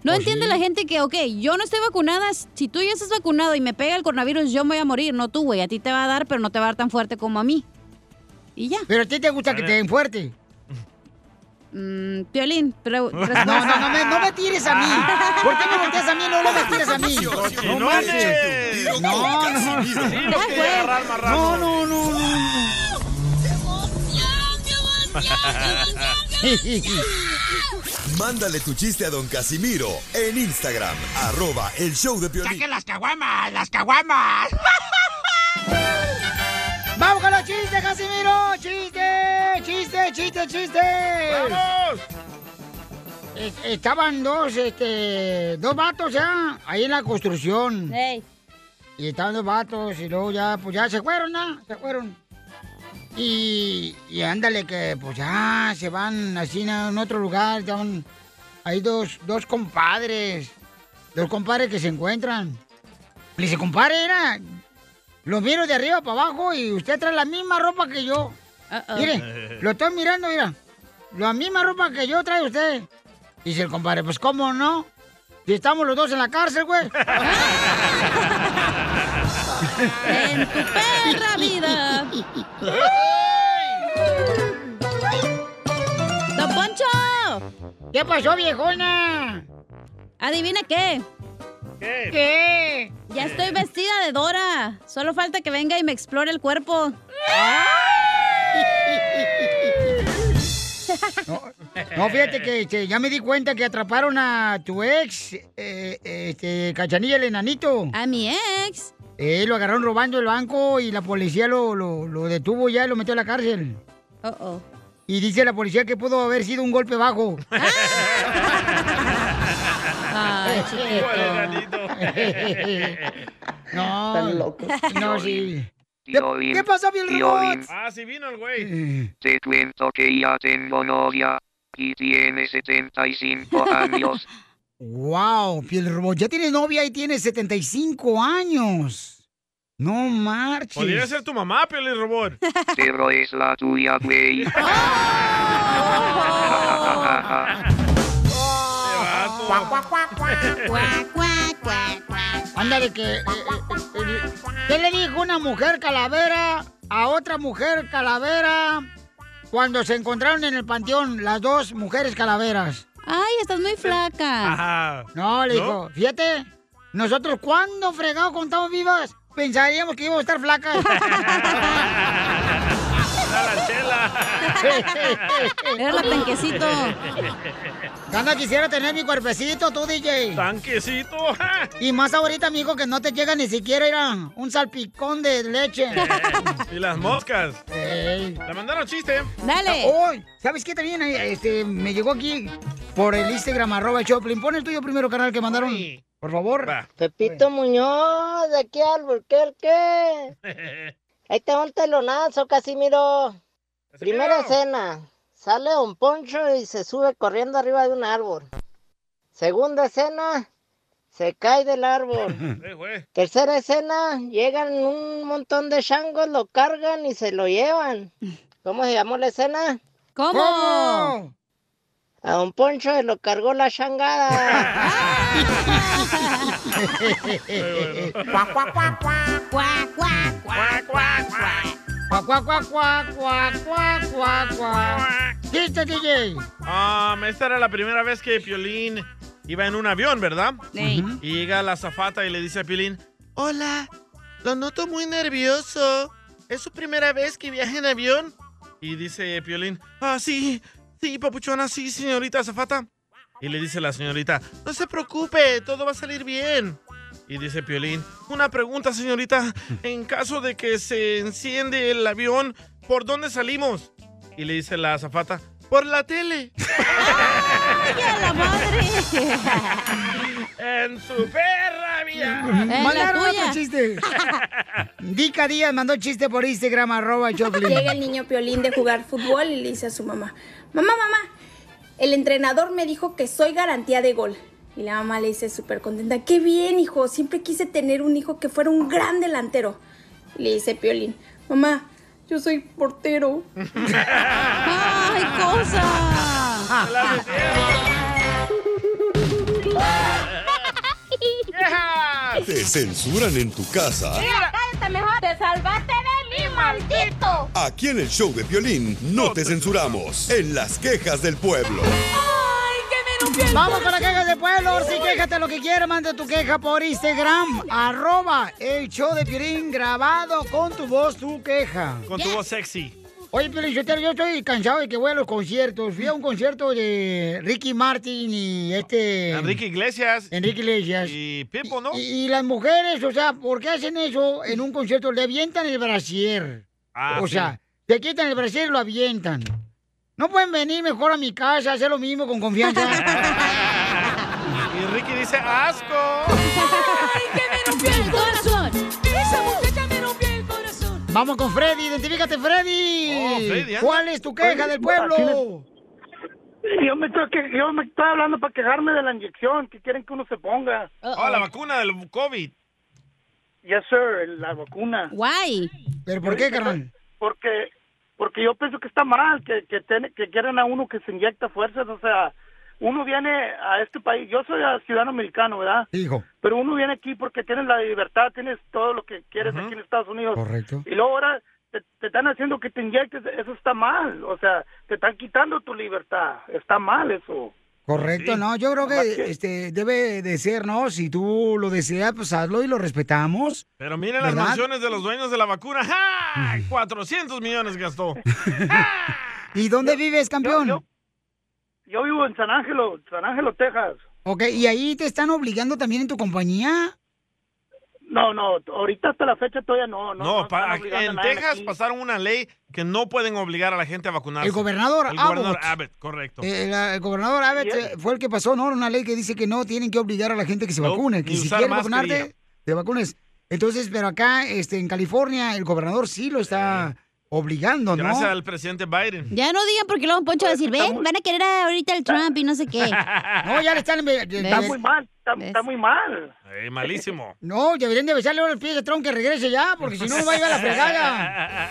[SPEAKER 2] No entiende la gente que, ok, yo no estoy vacunada, si tú ya estás vacunado y me pega el coronavirus, yo me voy a morir, no tú, güey, a ti te va a dar, pero no te va a dar tan fuerte como a mí. Y ya.
[SPEAKER 3] Pero a ti te gusta que te den fuerte.
[SPEAKER 2] Mm, Piolín, pero...
[SPEAKER 3] No, no, no me, no me tires a mí. ¿Por qué me volteas a mí? No, no me tiras a mí. No, marches. no, no, no.
[SPEAKER 17] lo quiere agarrar
[SPEAKER 3] No, no, no, no.
[SPEAKER 5] Mándale tu chiste a don Casimiro en Instagram, arroba el show de Piolín.
[SPEAKER 8] ¡Saquen las caguamas! ¡Las caguamas!
[SPEAKER 3] ¡Vamos con los chistes, Casimiro! ¡Chiste! ¡Chiste, chiste, chiste! ¡Vamos! Estaban dos, este, dos vatos ya, ahí en la construcción. Y estaban dos vatos y luego ya, pues ya se fueron, ¿no? Se fueron. Y, y ándale que, pues ya, se van así ¿no? en otro lugar, estaban ahí dos, dos compadres, dos compadres que se encuentran. Le dice, compadre, era, lo miro de arriba para abajo y usted trae la misma ropa que yo. Mire, lo estoy mirando, mira. La misma ropa que yo trae usted. Dice el compadre, pues cómo no. Si estamos los dos en la cárcel, güey.
[SPEAKER 17] En tu perra vida.
[SPEAKER 2] ¡Don Poncho!
[SPEAKER 3] ¿Qué pasó, viejona?
[SPEAKER 2] ¿Adivina qué?
[SPEAKER 3] ¿Qué?
[SPEAKER 2] Ya estoy vestida de Dora. Solo falta que venga y me explore el cuerpo.
[SPEAKER 19] ¡Ah!
[SPEAKER 3] No, fíjate que este, ya me di cuenta que atraparon a tu ex, eh, este, Cachanilla el enanito.
[SPEAKER 2] ¿A mi ex?
[SPEAKER 3] Eh, lo agarraron robando el banco y la policía lo, lo, lo detuvo ya y lo metió a la cárcel.
[SPEAKER 2] Oh, oh.
[SPEAKER 3] Y dice la policía que pudo haber sido un golpe bajo.
[SPEAKER 17] Ay, chiquito.
[SPEAKER 3] No.
[SPEAKER 17] Están locos.
[SPEAKER 3] No, sí.
[SPEAKER 20] Tío Bim,
[SPEAKER 3] ¿Qué pasó, Bill
[SPEAKER 20] tío
[SPEAKER 3] Robot?
[SPEAKER 20] Bim,
[SPEAKER 4] Ah, sí vino el güey.
[SPEAKER 20] Te cuento que ya tengo novia y tiene 75 años.
[SPEAKER 3] Wow, Piel Robot, ya tiene novia y tiene 75 años. No marches.
[SPEAKER 4] Podría ser tu mamá, Piolín Robot. Eh,
[SPEAKER 20] Pero es la tuya, güey.
[SPEAKER 3] Cuac, cuac, cuac, cuac, cuac, cuac, cuac, cuac. Ándale, que. eh, eh, eh, ¿Qué le dijo una mujer calavera a otra mujer calavera cuando se encontraron en el panteón las dos mujeres calaveras?
[SPEAKER 2] Ay, estás muy flaca.
[SPEAKER 3] No, le
[SPEAKER 2] ¿No?
[SPEAKER 3] dijo, fíjate, nosotros cuando fregados cuando estamos vivas pensaríamos que íbamos a estar flacas.
[SPEAKER 17] la chela.
[SPEAKER 3] Era la tanquecito. Gana quisiera tener mi cuerpecito, tú, DJ. Tanquecito. Y más ahorita, amigo, que no te llega ni siquiera era un salpicón de leche.
[SPEAKER 4] Eh. y las moscas. Le mandaron chiste.
[SPEAKER 3] Dale. ¿Sabes qué también? eh, Este, me llegó aquí por el Instagram, arroba el Choplin. Pon el tuyo primero, canal que mandaron. Por favor.
[SPEAKER 21] Pepito Muñoz, de aquí al qué? Ahí está un telonazo, Casimiro. Primera escena, sale un poncho y se sube corriendo arriba de un árbol. Segunda escena, se cae del árbol. Tercera escena, llegan un montón de changos, lo cargan y se lo llevan. ¿Cómo se llamó la escena?
[SPEAKER 2] ¿Cómo? ¿Cómo?
[SPEAKER 21] A don Poncho se lo cargó la changada.
[SPEAKER 17] Cuac, cuac, cuac, cuac, cuac, cuac, cuac, cuac, cuac.
[SPEAKER 3] Cuac, cuac, cuac, cuac, cuac, cuac, cuac, cuac. ¡Chiste, DJ!
[SPEAKER 4] Ah, esta era la primera vez que Piolín iba en un avión, ¿verdad?
[SPEAKER 17] Sí.
[SPEAKER 4] Y llega la zafata y le dice a Piolín,
[SPEAKER 22] Hola, lo noto muy nervioso. ¿Es su primera vez que viaja en avión?
[SPEAKER 4] y dice Piolín, ah, sí, sí, papuchona, sí, señorita zafata. Y le dice la señorita,
[SPEAKER 22] No se preocupe, todo va a salir bien.
[SPEAKER 4] y dice Piolín, una pregunta, señorita, en caso de que se enciende el avión, ¿por dónde salimos? Y le dice la zafata,
[SPEAKER 22] Por la tele.
[SPEAKER 17] la madre!
[SPEAKER 4] En su perra vida.
[SPEAKER 3] Mm, Mandaron otro chiste. Dica Díaz mandó chiste por Instagram, arroba el Choplin.
[SPEAKER 19] Llega el niño Piolín de jugar fútbol y le dice a su mamá, mamá, mamá, el entrenador me dijo que soy garantía de gol. Y la mamá le dice súper contenta, qué bien hijo, siempre quise tener un hijo que fuera un gran delantero. Y le dice Piolín, mamá, yo soy portero.
[SPEAKER 17] ¡Ay, cosa!
[SPEAKER 5] Te censuran en tu casa.
[SPEAKER 17] cállate mejor! ¡Te salvaste de mí, maldito!
[SPEAKER 5] Aquí en el show de violín no te censuramos. En las quejas del pueblo.
[SPEAKER 3] Vamos con las quejas del pueblo. Ahora sí, quéjate lo que quieras. Manda tu queja por Instagram. Arroba el show de Pirín grabado con tu voz, tu queja.
[SPEAKER 4] Con tu voz sexy.
[SPEAKER 3] Oye, pero yo, te- yo estoy cansado de que voy a los conciertos. Fui a un concierto de Ricky Martin y este...
[SPEAKER 4] Enrique Iglesias.
[SPEAKER 3] Enrique Iglesias.
[SPEAKER 4] Y Pipo, ¿no?
[SPEAKER 3] Y, y las mujeres, o sea, ¿por qué hacen eso en un concierto? Le avientan el brasier.
[SPEAKER 4] Ah,
[SPEAKER 3] o
[SPEAKER 4] sí.
[SPEAKER 3] sea, te quitan el brasier y lo avientan. No pueden venir mejor a mi casa, hacer lo mismo con confianza.
[SPEAKER 4] Y Ricky dice, asco.
[SPEAKER 3] Vamos con Freddy, identifícate Freddy.
[SPEAKER 4] Oh,
[SPEAKER 17] Freddy,
[SPEAKER 4] ¿eh?
[SPEAKER 17] anda.
[SPEAKER 3] ¿Cuál es tu queja
[SPEAKER 17] Oye,
[SPEAKER 3] del pueblo?
[SPEAKER 17] aquí Yo me, estoy, que- yo me estoy hablando para quejarme de la inyección que quieren que uno se ponga.
[SPEAKER 4] Oh, la vacuna del COVID.
[SPEAKER 17] Yes, sir, la vacuna.
[SPEAKER 2] Guay.
[SPEAKER 3] ¿Pero por qué, carnal?
[SPEAKER 17] Porque, porque yo pienso que está mal que, que, tiene- que quieren a uno que se inyecta fuerzas. O sea, uno viene a este país. Yo soy ah, ciudadano americano, ¿verdad?
[SPEAKER 3] Hijo.
[SPEAKER 17] Pero uno viene aquí porque tienes la libertad, tienes todo lo que quieres aquí en Estados Unidos.
[SPEAKER 3] Correcto.
[SPEAKER 17] Y luego ahora te, te están haciendo que te inyectes. Eso está mal. O sea, te están quitando tu libertad. Está mal eso.
[SPEAKER 3] Correcto, no, yo creo que este debe de ser, ¿no? Si tú lo deseas, pues hazlo y lo respetamos.
[SPEAKER 4] Pero miren las
[SPEAKER 3] ¿Verdad?
[SPEAKER 4] mansiones de los dueños de la vacuna. ¡Ja!
[SPEAKER 2] Mm.
[SPEAKER 4] 400 millones gastó.
[SPEAKER 3] ¿Y dónde vives, campeón?
[SPEAKER 17] Yo vivo en San Ángelo, San Ángelo, Texas.
[SPEAKER 3] Ok, ¿y ahí te están obligando también en tu compañía?
[SPEAKER 17] No, no, ahorita hasta la fecha todavía no. No,
[SPEAKER 4] No, pa-
[SPEAKER 17] están obligando a
[SPEAKER 4] en
[SPEAKER 17] nadie
[SPEAKER 4] Texas
[SPEAKER 17] aquí.
[SPEAKER 4] pasaron una ley que no pueden obligar a la gente a vacunarse.
[SPEAKER 3] El gobernador
[SPEAKER 4] El gobernador
[SPEAKER 3] Abbott.
[SPEAKER 4] Abbott, correcto.
[SPEAKER 3] Eh, el, el gobernador Abbott eh, fue el que pasó, ¿no? Una ley que dice que no tienen que obligar a la gente que se
[SPEAKER 4] No,
[SPEAKER 3] vacune, que
[SPEAKER 4] ni
[SPEAKER 3] si
[SPEAKER 4] usar
[SPEAKER 3] quieres
[SPEAKER 4] mascarilla.
[SPEAKER 3] vacunarte, te vacunes. Entonces, pero acá, este, en California, el gobernador sí lo está obligando, ¿no?
[SPEAKER 4] Gracias al presidente Biden.
[SPEAKER 2] Ya no digan porque luego Poncho va a decir, ven, van a querer a- ahorita el Trump y no sé qué.
[SPEAKER 3] No, ya le están...
[SPEAKER 17] Está muy mal, está, está muy mal.
[SPEAKER 4] Eh, malísimo.
[SPEAKER 3] No, deberían de besarle ahora el pie de Trump que regrese ya, porque si no, va a ir a la fregada.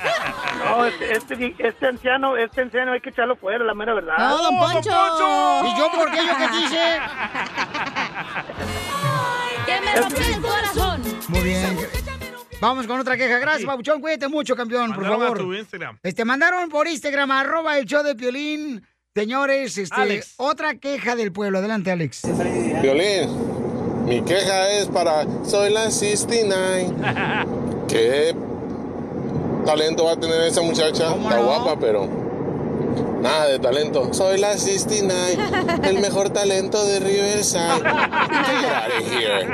[SPEAKER 17] No, este, este, este anciano, este anciano hay que echarlo fuera, la mera verdad.
[SPEAKER 3] ¡No, don Poncho! ¿Y yo por qué? ¿Yo qué quise?
[SPEAKER 17] que me rompió el corazón!
[SPEAKER 3] Muy bien. Vamos con otra queja. Gracias, Pabuchón. Cuídate mucho, campeón, por
[SPEAKER 4] Mandaron a
[SPEAKER 3] favor.
[SPEAKER 4] tu Instagram.
[SPEAKER 3] Este, mandaron por Instagram, arroba el show de Piolín. Señores, este,
[SPEAKER 23] Alex.
[SPEAKER 3] otra queja del pueblo. Adelante, Alex.
[SPEAKER 23] Violín, mi queja es para Soy la 69. Qué talento va a tener esa muchacha. Está guapa, pero nada de talento. Soy la 69, el mejor talento de Riverside. Get out of here.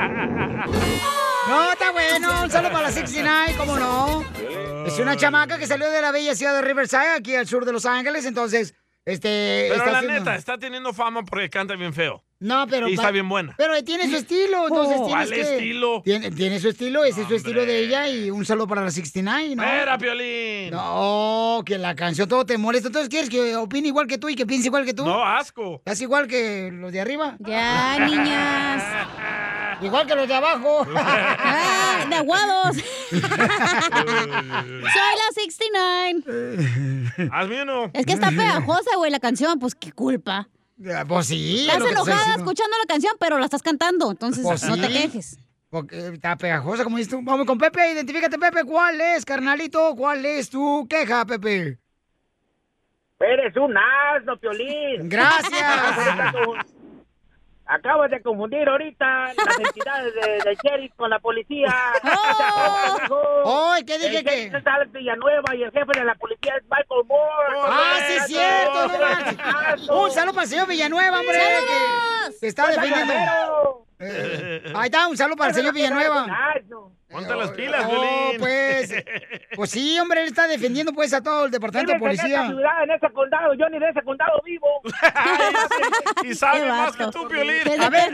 [SPEAKER 3] No, está bueno. Un saludo para la 69, ¿cómo no? Es una chamaca que salió de la bella ciudad de Riverside, aquí al sur de Los Ángeles. Entonces,
[SPEAKER 2] Eh,
[SPEAKER 3] este...
[SPEAKER 4] Pero
[SPEAKER 3] está
[SPEAKER 4] la
[SPEAKER 3] haciendo-
[SPEAKER 4] neta, está teniendo fama porque canta bien feo.
[SPEAKER 3] No, pero...
[SPEAKER 4] Y
[SPEAKER 3] va-
[SPEAKER 4] está bien buena.
[SPEAKER 3] Pero tiene su estilo, entonces
[SPEAKER 4] Oh,
[SPEAKER 3] tienes
[SPEAKER 4] ¿cuál
[SPEAKER 3] que-
[SPEAKER 4] estilo?
[SPEAKER 3] Tiene, tiene su estilo, ese es su estilo de ella y un saludo para la 69, ¿no?
[SPEAKER 4] ¡Espera, Piolín!
[SPEAKER 3] No, que la canción todo te molesta. Entonces, ¿quieres que opine igual que tú y que piense igual que tú?
[SPEAKER 4] No, asco.
[SPEAKER 3] ¿Estás igual que los de arriba?
[SPEAKER 2] Ya, niñas.
[SPEAKER 3] Igual que los de abajo.
[SPEAKER 2] Ah, de aguados. Soy la 69.
[SPEAKER 4] Hazme uno.
[SPEAKER 2] Es que está pegajosa, güey, la canción. Pues qué culpa.
[SPEAKER 3] Ah, Pues sí.
[SPEAKER 2] Estás
[SPEAKER 3] lo que te estoy
[SPEAKER 2] enojada
[SPEAKER 3] diciendo.
[SPEAKER 2] escuchando la canción, pero la estás cantando. Entonces,
[SPEAKER 3] Pues
[SPEAKER 2] no te
[SPEAKER 3] sí.
[SPEAKER 2] quejes.
[SPEAKER 3] Porque está pegajosa, como dices tú. Vamos con Pepe, identifícate, Pepe. ¿Cuál es, carnalito? ¿Cuál es tu queja, Pepe?
[SPEAKER 13] Eres un asno, Piolín.
[SPEAKER 3] Gracias.
[SPEAKER 13] Acabas de confundir ahorita las entidades de, del sheriff con la policía.
[SPEAKER 3] ¡Oh! ¿Qué dije
[SPEAKER 13] el
[SPEAKER 3] que?
[SPEAKER 13] sheriff es Alex Villanueva y el jefe de la policía es Michael Moore.
[SPEAKER 3] ¡Ah, sí, es cierto! no
[SPEAKER 13] Correcto.
[SPEAKER 3] marches. Un saludo para el señor Villanueva, hombre.
[SPEAKER 13] ¡Saludos!
[SPEAKER 3] que se está
[SPEAKER 13] ¡Fuerza,
[SPEAKER 3] defendiendo.
[SPEAKER 13] guerrero!
[SPEAKER 3] Eh, ahí está, un saludo para el señor Villanueva.
[SPEAKER 4] Ponte las pilas,
[SPEAKER 3] Oh,
[SPEAKER 4] Piolín.
[SPEAKER 3] pues. Pues sí, hombre, él está defendiendo pues a todo el departamento de
[SPEAKER 13] Vives en esa
[SPEAKER 3] policía.
[SPEAKER 13] ciudad, en ese condado. Yo ni de ese condado vivo.
[SPEAKER 4] y sabe más que tú, Piolín.
[SPEAKER 3] A ver,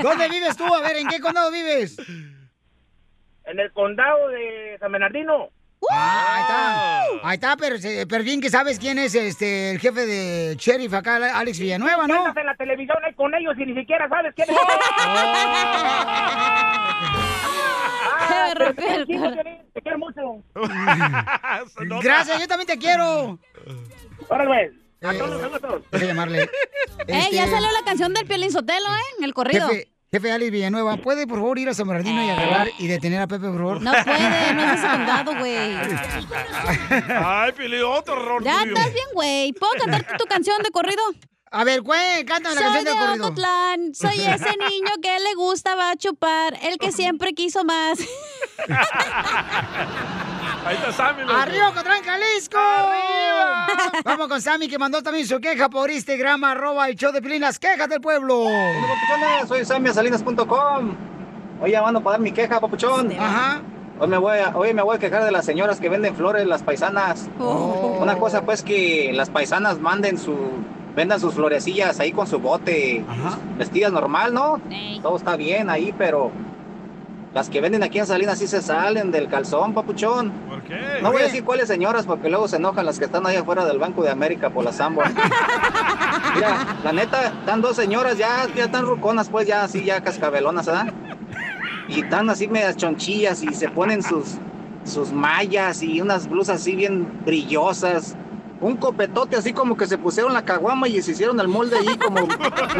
[SPEAKER 3] ¿Dónde vives tú? A ver, ¿en qué condado vives?
[SPEAKER 13] En el condado de San Bernardino.
[SPEAKER 4] Oh.
[SPEAKER 3] Ah, ahí está. Ahí está, pero, se- pero bien que sabes quién es este el jefe de sheriff acá, Alex Villanueva, ¿no?
[SPEAKER 13] Andas en la televisión ahí con ellos y ni siquiera sabes quién es.
[SPEAKER 4] Oh.
[SPEAKER 13] Ah,
[SPEAKER 3] Se me
[SPEAKER 13] pero te
[SPEAKER 3] rompió el
[SPEAKER 13] quiero,
[SPEAKER 3] corazón.
[SPEAKER 13] Piolín, te quiero mucho.
[SPEAKER 3] Gracias, yo también te quiero.
[SPEAKER 13] Órale,
[SPEAKER 3] pues. Eh, Voy a llamarle.
[SPEAKER 2] Eh,
[SPEAKER 3] Este,
[SPEAKER 2] ya salió la canción del Piolín Sotelo, ¿eh? En el corrido.
[SPEAKER 3] Jefe, Jefe Alex Villanueva, ¿puede por favor ir a San Bernardino y agarrar y detener a Pepe, por favor?
[SPEAKER 2] Eh. No puede, no es ese condado, güey.
[SPEAKER 4] Ay, Pili, otro error
[SPEAKER 2] Ya
[SPEAKER 4] tuyo.
[SPEAKER 2] estás bien, güey. ¿Puedo cantarte tu canción de corrido?
[SPEAKER 3] A ver, güey, cántame la canción de
[SPEAKER 2] Soy de
[SPEAKER 3] corrido.
[SPEAKER 2] Ocotlán, soy ese niño que le gusta va a chupar, el que siempre quiso más.
[SPEAKER 4] Ahí está Sammy. loco.
[SPEAKER 3] ¡Arriba, Ocotlán, Jalisco! ¡Arriba! Vamos con Sammy, que mandó también su queja por Instagram, arroba el show de Pilín, las quejas del pueblo.
[SPEAKER 24] Soy samiasalinas.com. Hoy llamando para dar mi queja, papuchón. Ajá. Hoy me, voy a, hoy me voy a quejar de las señoras que venden flores, las paisanas. Una cosa pues que las paisanas manden su... Vendan sus florecillas ahí con su bote. Vestidas normal, ¿no? Todo está bien ahí, pero... Las que venden aquí en Salinas sí se salen del calzón, papuchón.
[SPEAKER 4] ¿Por qué?
[SPEAKER 24] No voy a decir cuáles señoras porque luego se enojan las que están ahí afuera del Banco de América por las ambas. Mira, la neta, están dos señoras ya, ya están ruconas, pues ya así, ya cascabelonas, ¿verdad? Y están así medias chonchillas y se ponen sus, sus mallas y unas blusas así bien brillosas. Un copetote así como que se pusieron la caguama y se hicieron el molde ahí como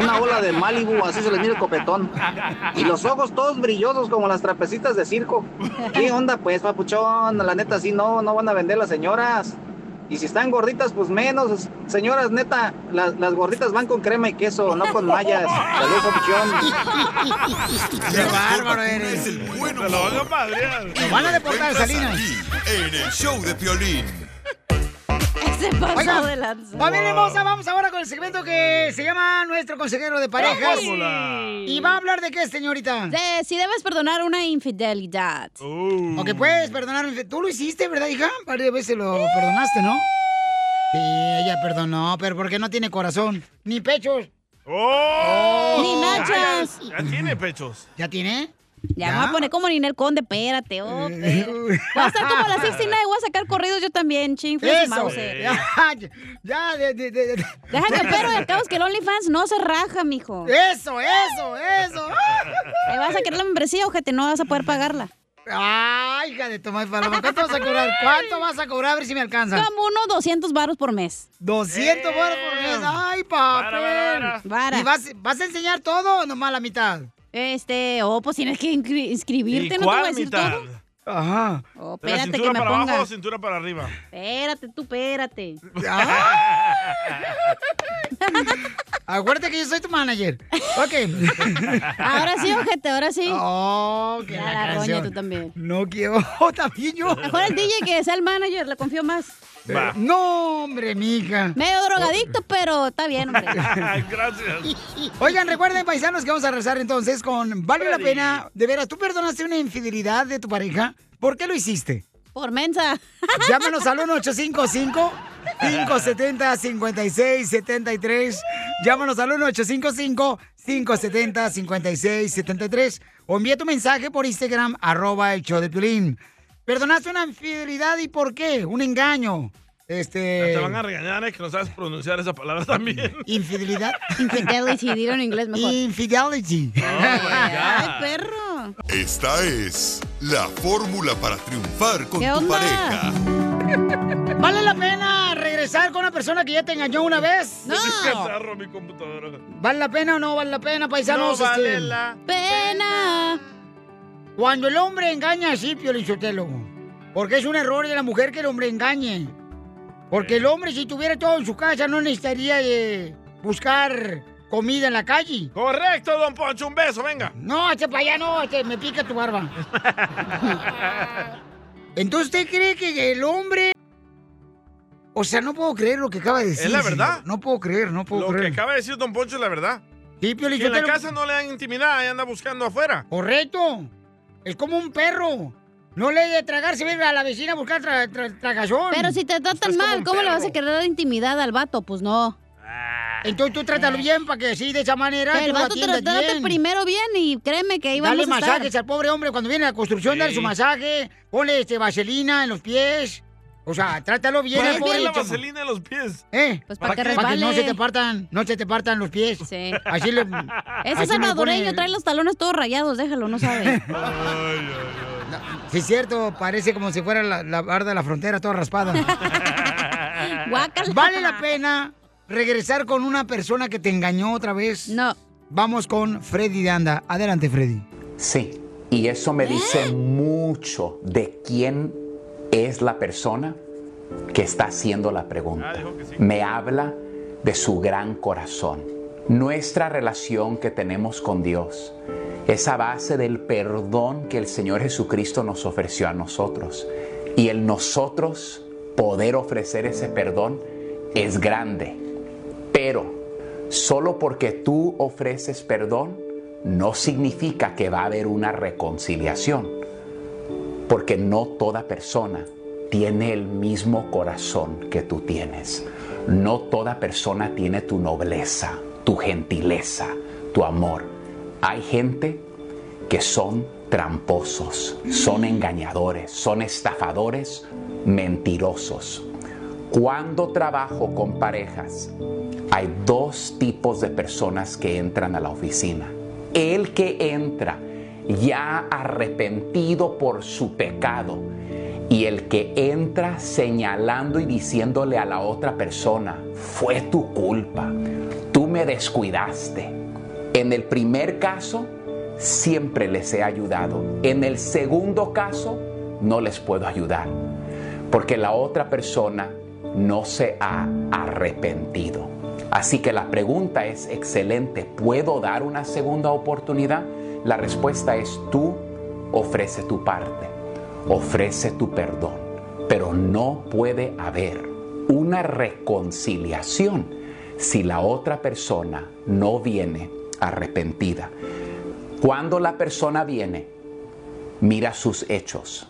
[SPEAKER 24] una ola de Malibu, así se les mira el copetón. Y los ojos todos brillosos como las trapecitas de circo. ¿Qué onda pues, papuchón? La neta, sí, no, no van a vender las señoras. Y si están gorditas, pues menos. Señoras, neta, las, las gorditas van con crema y queso, no con mallas. Saludos, papuchón.
[SPEAKER 3] ¡Qué bárbaro eres!
[SPEAKER 5] Es el buen
[SPEAKER 4] Te lo van a padrear.
[SPEAKER 5] Y
[SPEAKER 3] van a
[SPEAKER 5] lo
[SPEAKER 3] deportar,
[SPEAKER 5] encuentras
[SPEAKER 3] Salinas.
[SPEAKER 5] aquí, En el show de Piolín.
[SPEAKER 2] Se pasó
[SPEAKER 3] Oigan,
[SPEAKER 2] de lanza.
[SPEAKER 3] Familia hermosa, vamos ahora con el segmento que se llama Nuestro Consejero de Parejas.
[SPEAKER 4] Tómbola.
[SPEAKER 3] ¿Y va a hablar de qué, señorita?
[SPEAKER 2] De si debes perdonar una infidelidad.
[SPEAKER 3] Ok, puedes perdonar. Tú lo hiciste, ¿verdad, hija? Un par de veces lo perdonaste, ¿no? Sí, ella perdonó, pero porque no tiene corazón. Ni pechos.
[SPEAKER 4] ¡Oh!
[SPEAKER 2] Ni nachas.
[SPEAKER 4] Ya, ya tiene pechos.
[SPEAKER 3] ¿Ya tiene?
[SPEAKER 2] Ya, me voy a poner como Ninel Conde,
[SPEAKER 3] Eh.
[SPEAKER 2] espérate, oh, espérate. Voy a estar como la 69, voy a sacar corridos yo también, ching,
[SPEAKER 3] Eso.
[SPEAKER 2] mouse.
[SPEAKER 3] Ya, ya, de, de, de, de.
[SPEAKER 2] Deja que pero y al cabo es que el OnlyFans no se raja, mijo.
[SPEAKER 3] Eso, eso, eso.
[SPEAKER 2] Te vas a querer la membresía, ojete, no vas a poder pagarla.
[SPEAKER 3] Ay, hija de Tomás Paloma, ¿cuánto vas a cobrar? ¿Cuánto vas a cobrar? A ver si me alcanza.
[SPEAKER 2] Como unos 200 baros por mes.
[SPEAKER 3] 200 baros por mes. Ay, papel.
[SPEAKER 2] vara, vara.
[SPEAKER 3] ¿Y vas, vas a enseñar todo o nomás la mitad?
[SPEAKER 2] Este, oh, pues tienes que inscri- inscribirte,
[SPEAKER 4] ¿Y
[SPEAKER 2] no te voy a
[SPEAKER 4] cuál
[SPEAKER 2] decir
[SPEAKER 4] mitad?
[SPEAKER 2] todo.
[SPEAKER 3] Ajá.
[SPEAKER 2] Oh,
[SPEAKER 4] ¿De la
[SPEAKER 2] espérate
[SPEAKER 4] cintura
[SPEAKER 2] que me
[SPEAKER 4] para
[SPEAKER 2] ponga.
[SPEAKER 4] abajo o cintura para arriba?
[SPEAKER 2] Espérate, tú, espérate.
[SPEAKER 3] Ah, Acuérdate que yo soy tu manager. Ok.
[SPEAKER 2] Ahora sí, ojete, ahora sí.
[SPEAKER 3] Oh, qué
[SPEAKER 2] Ya
[SPEAKER 3] la
[SPEAKER 2] la roña,
[SPEAKER 3] canción.
[SPEAKER 2] tú también.
[SPEAKER 3] No quiero, también yo.
[SPEAKER 2] Mejor el DJ que sea el manager, le confío más.
[SPEAKER 3] Eh, No, hombre, mija.
[SPEAKER 2] Medio drogadicto, pero está bien, hombre.
[SPEAKER 4] Gracias.
[SPEAKER 3] Oigan, recuerden, paisanos, que vamos a rezar entonces con ¿Vale la pena? De veras, ¿tú perdonaste una infidelidad de tu pareja? ¿Por qué lo hiciste?
[SPEAKER 2] Por mensa.
[SPEAKER 3] Llámenos al 1855 570 5673. Llámanos al 1855 570 5673 o envía tu mensaje por Instagram arroba el show de Piolín. ¿Perdonaste una infidelidad y por qué? Un engaño. Este
[SPEAKER 4] Te van a regañar, es que no sabes pronunciar esa palabra también.
[SPEAKER 3] infidelidad.
[SPEAKER 2] Infidelity, dilo en inglés mejor.
[SPEAKER 3] Infidelity.
[SPEAKER 5] Oh,
[SPEAKER 2] Ay,
[SPEAKER 3] pues.
[SPEAKER 2] perro.
[SPEAKER 5] Esta es la fórmula para triunfar con
[SPEAKER 3] ¿Qué
[SPEAKER 5] tu
[SPEAKER 3] onda?
[SPEAKER 5] pareja.
[SPEAKER 3] ¿Vale la pena regresar con una persona que ya te engañó una vez?
[SPEAKER 4] No. Desgarro mi computadora.
[SPEAKER 3] ¿Vale la pena o no vale la pena, paisanos?
[SPEAKER 4] No
[SPEAKER 3] este?
[SPEAKER 4] vale la
[SPEAKER 2] pena.
[SPEAKER 3] Cuando el hombre engaña, así, Piolichotelo. Porque es un error de la mujer que el hombre engañe. Porque el hombre, si tuviera todo en su casa, no necesitaría eh, buscar comida en la calle.
[SPEAKER 4] Correcto, don Poncho, un beso, venga.
[SPEAKER 3] No, este para allá no, este, me pica tu barba. Entonces, ¿usted cree que el hombre... O sea, no puedo creer lo que acaba de decir.
[SPEAKER 4] ¿Es la
[SPEAKER 3] señor.
[SPEAKER 4] verdad?
[SPEAKER 3] No puedo creer, no puedo
[SPEAKER 4] Lo que
[SPEAKER 3] creer.
[SPEAKER 4] acaba de decir don Poncho es la verdad.
[SPEAKER 3] Sí, Piolín,
[SPEAKER 4] Que en la
[SPEAKER 3] yo te lo-
[SPEAKER 4] casa no le dan intimidad, ahí anda buscando afuera.
[SPEAKER 3] Correcto. Es como un perro. No le de tragar, se viene a la vecina a buscar tra- tra- tragazón.
[SPEAKER 2] Pero si te
[SPEAKER 3] Pues,
[SPEAKER 2] tratan mal, ¿cómo le vas a querer dar intimidad al vato? Pues no.
[SPEAKER 3] Entonces tú trátalo bien para que así de esa manera.
[SPEAKER 2] Pero el
[SPEAKER 3] tú lo
[SPEAKER 2] vato
[SPEAKER 3] atiendas
[SPEAKER 2] tratándote
[SPEAKER 3] bien.
[SPEAKER 2] primero bien y créeme que ahí
[SPEAKER 3] Dale
[SPEAKER 2] vamos a estar.
[SPEAKER 3] masajes al pobre hombre cuando viene a la construcción, dale su masaje, ponle este vaselina en los pies. O sea, trátalo bien
[SPEAKER 4] ¿Para
[SPEAKER 3] al
[SPEAKER 4] qué
[SPEAKER 3] pobre
[SPEAKER 4] la
[SPEAKER 3] chamo.
[SPEAKER 4] vaselina en los pies?
[SPEAKER 3] ¿Eh?
[SPEAKER 2] Pues
[SPEAKER 4] para que
[SPEAKER 3] Para que no
[SPEAKER 4] resbale.
[SPEAKER 3] se te partan, no se te partan los pies.
[SPEAKER 2] Sí.
[SPEAKER 3] Así le.
[SPEAKER 2] Ese salvadoreño trae los talones todos rayados, déjalo, no sabe.
[SPEAKER 3] Sí, es cierto, parece como si fuera la, la barda de la frontera toda raspada. ¿Vale la pena regresar con una persona que te engañó otra vez?
[SPEAKER 2] No.
[SPEAKER 3] Vamos con Freddy de Anda. Adelante, Freddy.
[SPEAKER 7] Sí, y eso me
[SPEAKER 1] ¿Eh?
[SPEAKER 7] dice mucho de quién es la persona que está haciendo la pregunta. Me habla de su gran corazón. Nuestra relación que tenemos con Dios es a base del perdón que el Señor Jesucristo nos ofreció a nosotros. Y el nosotros poder ofrecer ese perdón es grande. Pero solo porque tú ofreces perdón no significa que va a haber una reconciliación. Porque no toda persona tiene el mismo corazón que tú tienes. No toda persona tiene tu nobleza, tu gentileza, tu amor. Hay gente que son tramposos, son engañadores, son estafadores, mentirosos. Cuando trabajo con parejas, hay dos tipos de personas que entran a la oficina. El que entra ya arrepentido por su pecado y el que entra señalando y diciéndole a la otra persona, fue tu culpa, tú me descuidaste. En el primer caso, siempre les he ayudado. En el segundo caso, no les puedo ayudar, porque la otra persona no se ha arrepentido. Así que la pregunta es excelente, ¿puedo dar una segunda oportunidad? La respuesta es tú ofrece tu parte, ofrece tu perdón, pero no puede haber una reconciliación si la otra persona no viene arrepentida. Cuando la persona viene, mira sus hechos,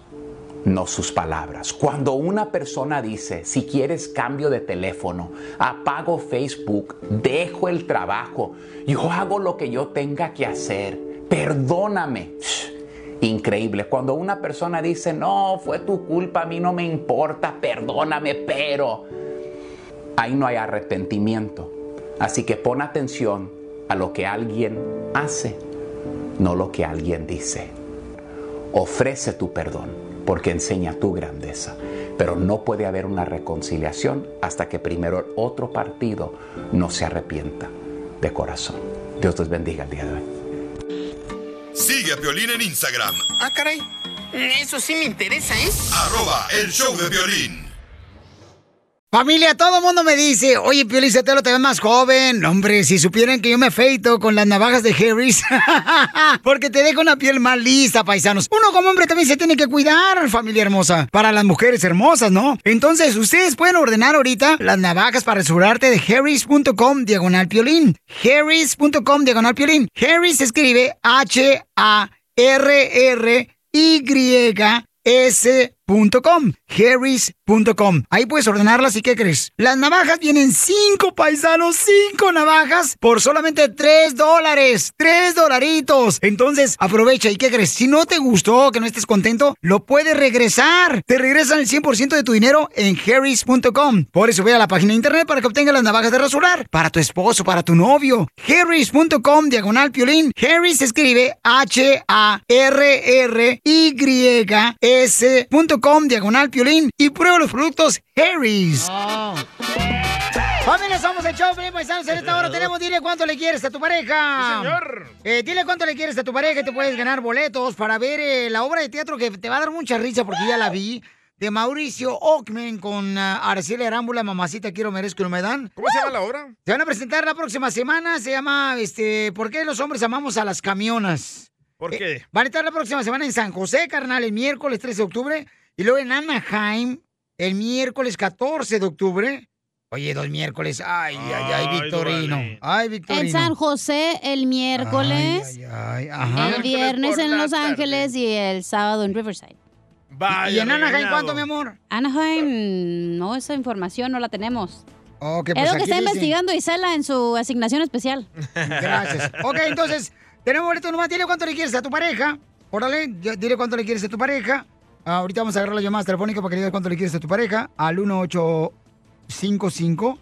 [SPEAKER 7] no sus palabras. Cuando una persona dice, si quieres cambio de teléfono, apago Facebook, dejo el trabajo, yo hago lo que yo tenga que hacer, perdóname. Shh, Increíble. Cuando una persona dice, no, fue tu culpa, a mí no me importa, perdóname, pero ahí no hay arrepentimiento. Así que pon atención a lo que alguien hace, no lo que alguien dice. Ofrece tu perdón porque enseña tu grandeza, pero no puede haber una reconciliación hasta que primero el otro partido no se arrepienta de corazón. Dios te bendiga el día de hoy.
[SPEAKER 5] Sigue a Piolín en Instagram,
[SPEAKER 9] Ah, caray. Eso sí me interesa, ¿eh?
[SPEAKER 5] arroba el show de violín.
[SPEAKER 3] Familia, todo el mundo me dice, oye, Piolín Sotelo, te ves más joven. No, Hombre, si supieran que yo me afeito con las navajas de Harris, porque te dejo una piel más lista, paisanos. Uno como hombre también se tiene que cuidar, familia hermosa, para las mujeres hermosas, ¿no? Entonces, ustedes pueden ordenar ahorita las navajas para asegurarte de harris.com diagonal piolín. harris.com diagonal piolín. Harris se escribe H-A-R-R-Y. S.com, harris.com. Ahí puedes ordenarlas y qué crees. Las navajas vienen cinco paisanos, cinco navajas por solamente tres dólares, tres dolaritos. Entonces aprovecha y qué crees. Si no te gustó, que no estés contento, lo puedes regresar. Te regresan el 100% de tu dinero en harris.com. Por eso ve a la página de internet para que obtengas las navajas de rasurar para tu esposo, para tu novio. harris.com, diagonal piolín. Harris se escribe H-A-R-R-Y-S.com, diagonal piolín. Y prueba los productos Harris.
[SPEAKER 4] Ah.
[SPEAKER 3] Familia, somos el show, Felipe Paisanos. En esta hora tenemos, dile cuánto le quieres a tu pareja.
[SPEAKER 4] Sí, señor.
[SPEAKER 3] Eh, dile cuánto le quieres a tu pareja y te puedes ganar boletos para ver eh, la obra de teatro que te va a dar mucha risa porque ya la vi. De Mauricio Ockman con ah, Araceli Arámbula, Mamacita Quiero Merezco y No Me Dan.
[SPEAKER 4] ¿Cómo se llama la obra?
[SPEAKER 3] Se van a presentar la próxima semana. Se llama, este, ¿Por qué los hombres amamos a las camionas?
[SPEAKER 4] ¿Por
[SPEAKER 3] Eh,
[SPEAKER 4] qué?
[SPEAKER 3] van a estar la próxima semana en San José, carnal, el miércoles 13 de octubre. Y luego en Anaheim, el miércoles 14 de octubre. Oye, dos miércoles. Ay, ay, ay,
[SPEAKER 2] Ay,
[SPEAKER 3] Victorino.
[SPEAKER 2] Duvalín.
[SPEAKER 3] Ay, Victorino.
[SPEAKER 2] En San José el miércoles,
[SPEAKER 3] Ay, ajá.
[SPEAKER 2] el viernes en Los Ángeles y el sábado en Riverside.
[SPEAKER 3] ¿Y en Anaheim cuánto, mi amor?
[SPEAKER 2] Anaheim, no, esa información no la tenemos.
[SPEAKER 3] Ok,
[SPEAKER 2] es lo que está investigando Isela en su asignación especial.
[SPEAKER 3] Gracias. Ok, entonces, tenemos boleto nomás. Ah, Dile cuánto le quieres a tu pareja. Órale, ya- dile cuánto le quieres a tu pareja. Ah, ahorita vamos a agarrar las llamadas telefónicas para que le digas cuánto le quieres a tu pareja. Al 1855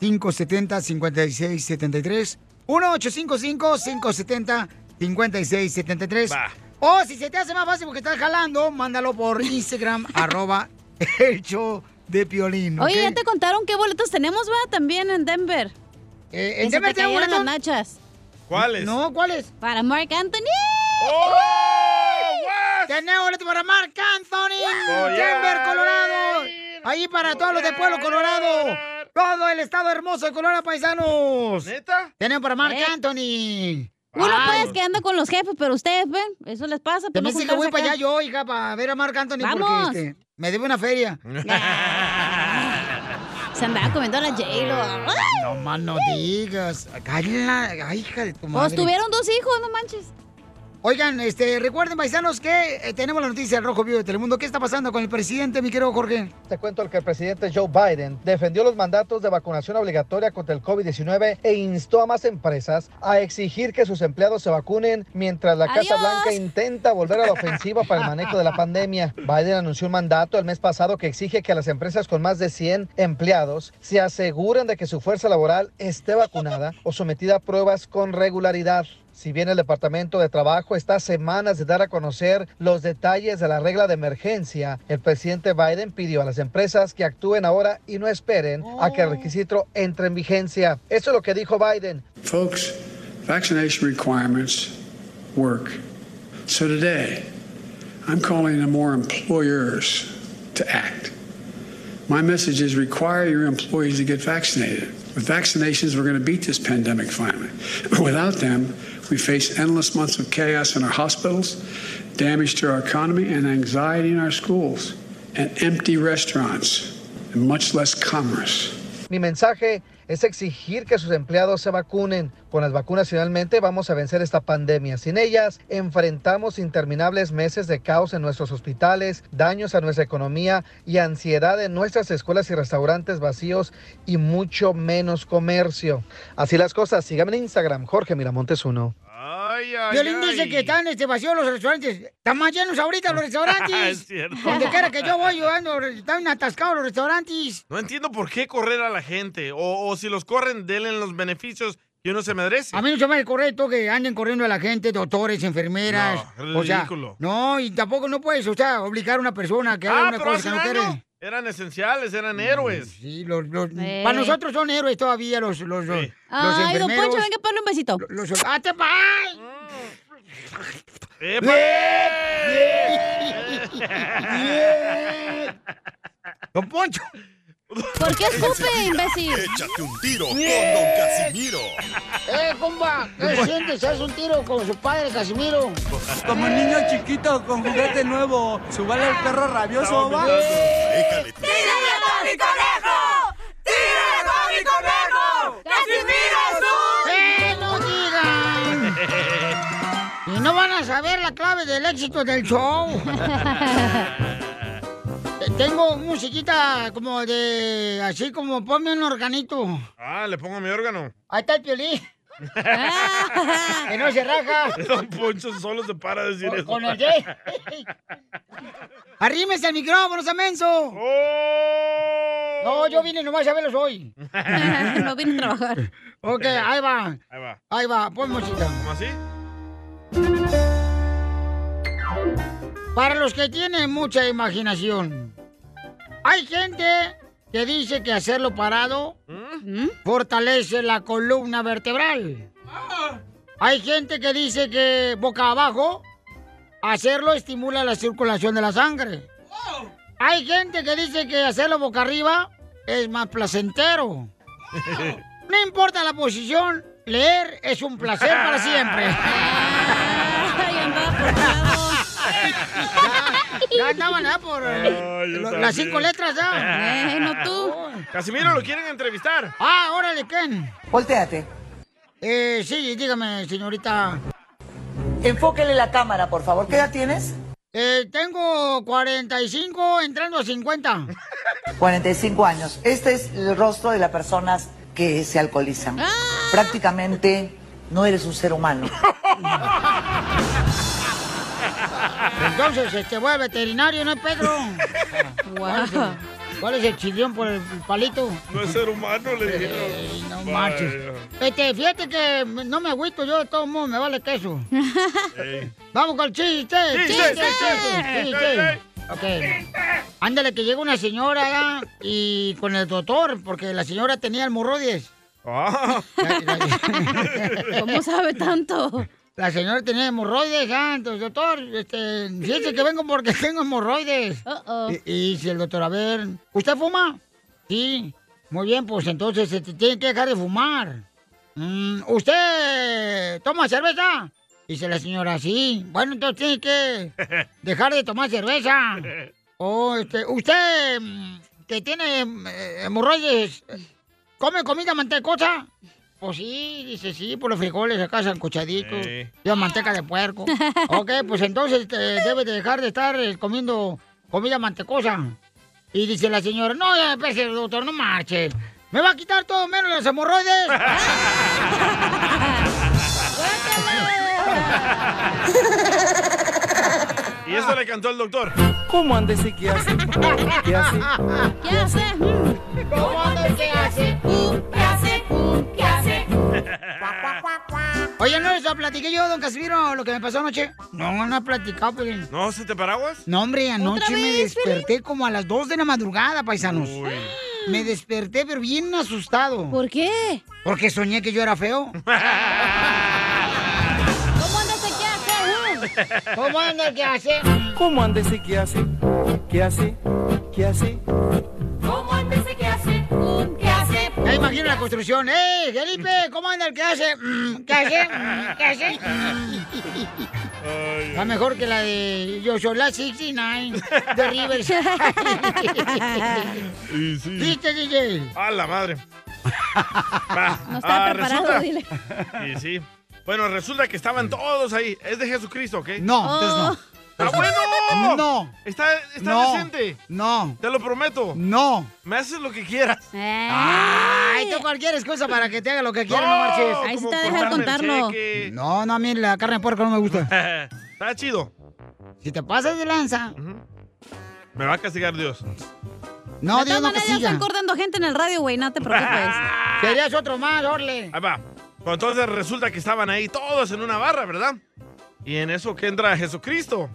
[SPEAKER 3] 570 5673 1855 570 5673 O Oh, si se te hace más fácil porque estás jalando, mándalo por Instagram, arroba el show de Piolín.
[SPEAKER 2] Oye,
[SPEAKER 3] ¿ok?
[SPEAKER 2] ya te contaron qué boletos tenemos, va, también en Denver.
[SPEAKER 3] Eh, ¿en Denver
[SPEAKER 2] te
[SPEAKER 3] tenemos
[SPEAKER 2] cayeron las
[SPEAKER 3] boletos?
[SPEAKER 2] nachas.
[SPEAKER 4] ¿Cuáles?
[SPEAKER 3] No, ¿cuáles?
[SPEAKER 2] Para Mark Anthony.
[SPEAKER 3] Tenemos boleto para Mark Anthony.
[SPEAKER 2] Voy a
[SPEAKER 3] Denver, Colorado. Ahí para todos los de Pueblo Colorado. Todo el estado hermoso de Colorado, paisanos.
[SPEAKER 4] ¿Neta?
[SPEAKER 3] Tenemos para Mark Anthony.
[SPEAKER 2] Eh. Uno
[SPEAKER 3] Ay.
[SPEAKER 2] pues que anda con los jefes, pero ustedes ven, eso les pasa. por
[SPEAKER 3] Te
[SPEAKER 2] no
[SPEAKER 3] me dice que
[SPEAKER 2] juntarse
[SPEAKER 3] voy para
[SPEAKER 2] acá.
[SPEAKER 3] allá yo, hija, para ver a Marc Anthony.
[SPEAKER 2] ¡Vamos!
[SPEAKER 3] Porque, este, me debe una feria.
[SPEAKER 2] Se andaba comiendo la J-Lo.
[SPEAKER 3] No más no digas. Cállala, ay, hija de tu madre.
[SPEAKER 2] Pues tuvieron dos hijos, no manches.
[SPEAKER 3] Oigan, este, recuerden, paisanos, que eh, tenemos la noticia del Rojo Vivo de Telemundo. ¿Qué está pasando con el presidente, mi querido Jorge?
[SPEAKER 6] Te cuento el que el presidente Joe Biden defendió los mandatos de vacunación obligatoria contra el COVID-19 e instó a más empresas a exigir que sus empleados se vacunen mientras la Casa
[SPEAKER 10] Adiós.
[SPEAKER 6] Blanca intenta volver a la ofensiva para el manejo de la pandemia. Biden anunció un mandato el mes pasado que exige que las empresas con más de 100 empleados se aseguren de que su fuerza laboral esté vacunada o sometida a pruebas con regularidad. Si bien el Departamento de Trabajo está a semanas de dar a conocer los detalles de la regla de emergencia, el presidente Biden pidió a las empresas que actúen ahora y no esperen a que el requisito entre en vigencia. Eso es lo que dijo Biden.
[SPEAKER 10] Folks, vaccination requirements work. So today, I'm calling on more employers to act. My message is require your employees to get vaccinated. With vaccinations, we're going to beat this pandemic finally. Without them, we face endless months of chaos in our hospitals, damage to our economy, and anxiety in our schools, and empty restaurants, and much less commerce.
[SPEAKER 6] Mi mensaje es exigir que sus empleados se vacunen. Con las vacunas finalmente vamos a vencer esta pandemia. Sin ellas, enfrentamos interminables meses de caos en nuestros hospitales, daños a nuestra economía y ansiedad en nuestras escuelas y restaurantes vacíos y mucho menos comercio. Así las cosas. Síganme en Instagram, Jorge Miramontes 1.
[SPEAKER 3] Violín dice que están este, vacíos los restaurantes. Están más llenos ahorita los restaurantes.
[SPEAKER 4] Ah, Es cierto.
[SPEAKER 3] Donde quiera que yo voy, yo ando, están atascados los restaurantes.
[SPEAKER 4] No entiendo por qué correr a la gente. O, o si los corren, denle los beneficios que uno se merece.
[SPEAKER 3] A mí no se me hace correcto que anden corriendo a la gente, doctores, enfermeras.
[SPEAKER 4] No,
[SPEAKER 3] o sea,
[SPEAKER 4] ridículo.
[SPEAKER 3] no, y tampoco no puedes, o sea, obligar a una persona que haga
[SPEAKER 4] Ah,
[SPEAKER 3] una
[SPEAKER 4] pero
[SPEAKER 3] cosa
[SPEAKER 4] hace
[SPEAKER 3] que no
[SPEAKER 4] daño.
[SPEAKER 3] quiere. Mm,
[SPEAKER 4] Eran esenciales, eran héroes.
[SPEAKER 3] Sí, los, Mm, Para nosotros son héroes todavía los, los, los, los
[SPEAKER 2] Ay, don
[SPEAKER 3] enfermeros.
[SPEAKER 2] Poncho, venga para un besito.
[SPEAKER 3] Los, ¡Ah, te va!
[SPEAKER 4] Mm.
[SPEAKER 3] Eh, ¡Don Poncho!
[SPEAKER 2] ¿Por qué escupe, imbécil?
[SPEAKER 5] Échate un tiro con Don Casimiro.
[SPEAKER 8] ¡Eh, comba! ¿Qué sientes? ¿Haz un tiro con su padre, Casimiro?
[SPEAKER 11] Como un niño chiquito con juguete nuevo, subale al perro rabioso, va.
[SPEAKER 5] Déjale tu-
[SPEAKER 3] ¡Eh, no digan! Y no van a saber la clave del éxito del show. Eh, Tengo musiquita como de... Así como ponme un organito.
[SPEAKER 4] Ah, le pongo mi órgano.
[SPEAKER 3] Ahí está el piolín. que no se raja.
[SPEAKER 4] Don Poncho solo se para de decir eso.
[SPEAKER 3] Con el gay. Arrímese al micrófono, Samenso. No, yo vine nomás a verlos hoy.
[SPEAKER 2] Oh. no vine a trabajar.
[SPEAKER 3] Ok, ahí va.
[SPEAKER 4] Ahí va.
[SPEAKER 3] Ahí va, pon música.
[SPEAKER 4] ¿Cómo así?
[SPEAKER 3] Para los que tienen mucha imaginación, hay gente que dice que hacerlo parado fortalece la columna vertebral. Hay gente que dice que boca abajo hacerlo estimula la circulación de la sangre. Hay gente que dice que hacerlo boca arriba es más placentero. No importa la posición, leer es un placer para siempre. ya, ya andaban ¿ah? por eh,
[SPEAKER 4] Ay, yo
[SPEAKER 3] lo-
[SPEAKER 4] también.
[SPEAKER 3] las cinco letras ya.
[SPEAKER 4] Casimiro, lo quieren entrevistar.
[SPEAKER 3] Ah, órale, Ken. Volteate. Eh, sí, dígame, señorita. Enfóquele la cámara, por favor. ¿Qué edad tienes? Eh, tengo 45, entrando a 50.
[SPEAKER 25] 45 años. Este es el rostro de las personas que se alcoholizan. Prácticamente no eres un ser humano.
[SPEAKER 3] Entonces, este, voy al veterinario, ¿no es Pedro? ¿Cuál es el- ¿Cuál es el chillón por el palito?
[SPEAKER 4] No es ser humano, le dijeron.
[SPEAKER 3] Eh, no marches. Este, fíjate que no me agüito yo, de todo mundo me vale queso. Vamos con el chiste.
[SPEAKER 11] Chiste,
[SPEAKER 3] Chiste,
[SPEAKER 11] chiste,
[SPEAKER 3] chiste, chiste. Ok. Ándale, que llega una señora ¿verdad? y con el doctor, porque la señora tenía hemorroides. Ah.
[SPEAKER 2] ¿Cómo sabe tanto?
[SPEAKER 3] La señora tenía hemorroides, ah, entonces, doctor, este, fíjese que vengo porque tengo hemorroides.
[SPEAKER 17] Eh,
[SPEAKER 3] Y, y dice el doctor, a ver, ¿usted fuma? Sí. Muy bien, pues entonces este, tiene que dejar de fumar. Mm, ¿Usted toma cerveza? Dice la señora, sí. Bueno, entonces tiene que dejar de tomar cerveza. O, este, ¿usted mm, que tiene eh, hemorroides come comida mantecosa? Pues sí, dice sí, por los frijoles acá sancochaditos.
[SPEAKER 14] Sí.
[SPEAKER 3] Yo manteca de puerco. ok, pues entonces este, debe de dejar de estar eh, comiendo comida mantecosa. Y dice la señora, no, ya, espérese, doctor, no marche. Me va a quitar todo menos los hemorroides.
[SPEAKER 4] Y eso le cantó el doctor.
[SPEAKER 11] ¿Cómo anda ese que hace? ¿Qué hace?
[SPEAKER 2] ¿Qué hace?
[SPEAKER 3] ¿Cómo anda ese hace?
[SPEAKER 2] ¿Qué hace?
[SPEAKER 3] ¿Qué hace? Oye, ¿no les platiqué yo, don Casimiro, lo que me pasó anoche? No, no he platicado, Pelín.
[SPEAKER 4] ¿No? ¿Se te paraguas?
[SPEAKER 3] No, hombre, anoche me
[SPEAKER 4] vez,
[SPEAKER 3] desperté como a las 2 de la madrugada, paisanos. Me desperté, pero bien asustado.
[SPEAKER 2] ¿Por qué?
[SPEAKER 3] Porque soñé que yo era feo.
[SPEAKER 2] ¿Cómo anda ese qué hace?
[SPEAKER 3] ¿Cómo anda qué hace?
[SPEAKER 11] ¿Cómo anda ese que hace? ¿Qué hace? ¿Qué hace?
[SPEAKER 2] ¿Cómo anda ese qué hace? ¿Qué hace?
[SPEAKER 3] Ya imagino la construcción. ¡Eh, Felipe! ¿Cómo anda el que hace? Mm, ¿Qué hace? Mm, ¿Qué hace? Está mejor que la de Yo soy la 69 de Rivers.
[SPEAKER 4] Sí, sí.
[SPEAKER 3] ¿Viste, DJ?
[SPEAKER 4] ¡A la madre! no
[SPEAKER 2] estaba preparado, dile.
[SPEAKER 4] Y sí. Bueno, resulta que estaban todos ahí. Es de Jesucristo, ¿ok?
[SPEAKER 3] No, entonces no. Oh.
[SPEAKER 4] ¡Está bueno!
[SPEAKER 3] No.
[SPEAKER 4] Está, está
[SPEAKER 3] No.
[SPEAKER 4] decente.
[SPEAKER 3] No.
[SPEAKER 4] Te lo prometo.
[SPEAKER 3] No.
[SPEAKER 4] Me haces lo que quieras.
[SPEAKER 3] Ay, tú cualquier excusa para que te haga lo que quieras, no,
[SPEAKER 4] No,
[SPEAKER 3] marches.
[SPEAKER 4] Ahí sí como te deja cortarme el contarlo. cheque.
[SPEAKER 3] No, no, a mí la carne de puerco no me gusta.
[SPEAKER 4] Está chido.
[SPEAKER 3] Si te pasas de lanza.
[SPEAKER 4] Me va a castigar Dios.
[SPEAKER 3] No,
[SPEAKER 2] de
[SPEAKER 3] Dios no
[SPEAKER 2] todas maneras ya
[SPEAKER 3] castiga.
[SPEAKER 2] están cortando gente en el radio, güey. No te preocupes.
[SPEAKER 3] Querías otro más, orle.
[SPEAKER 4] Ahí va. Bueno, entonces resulta que estaban ahí todos en una barra, ¿verdad? Y en eso que entra Jesucristo.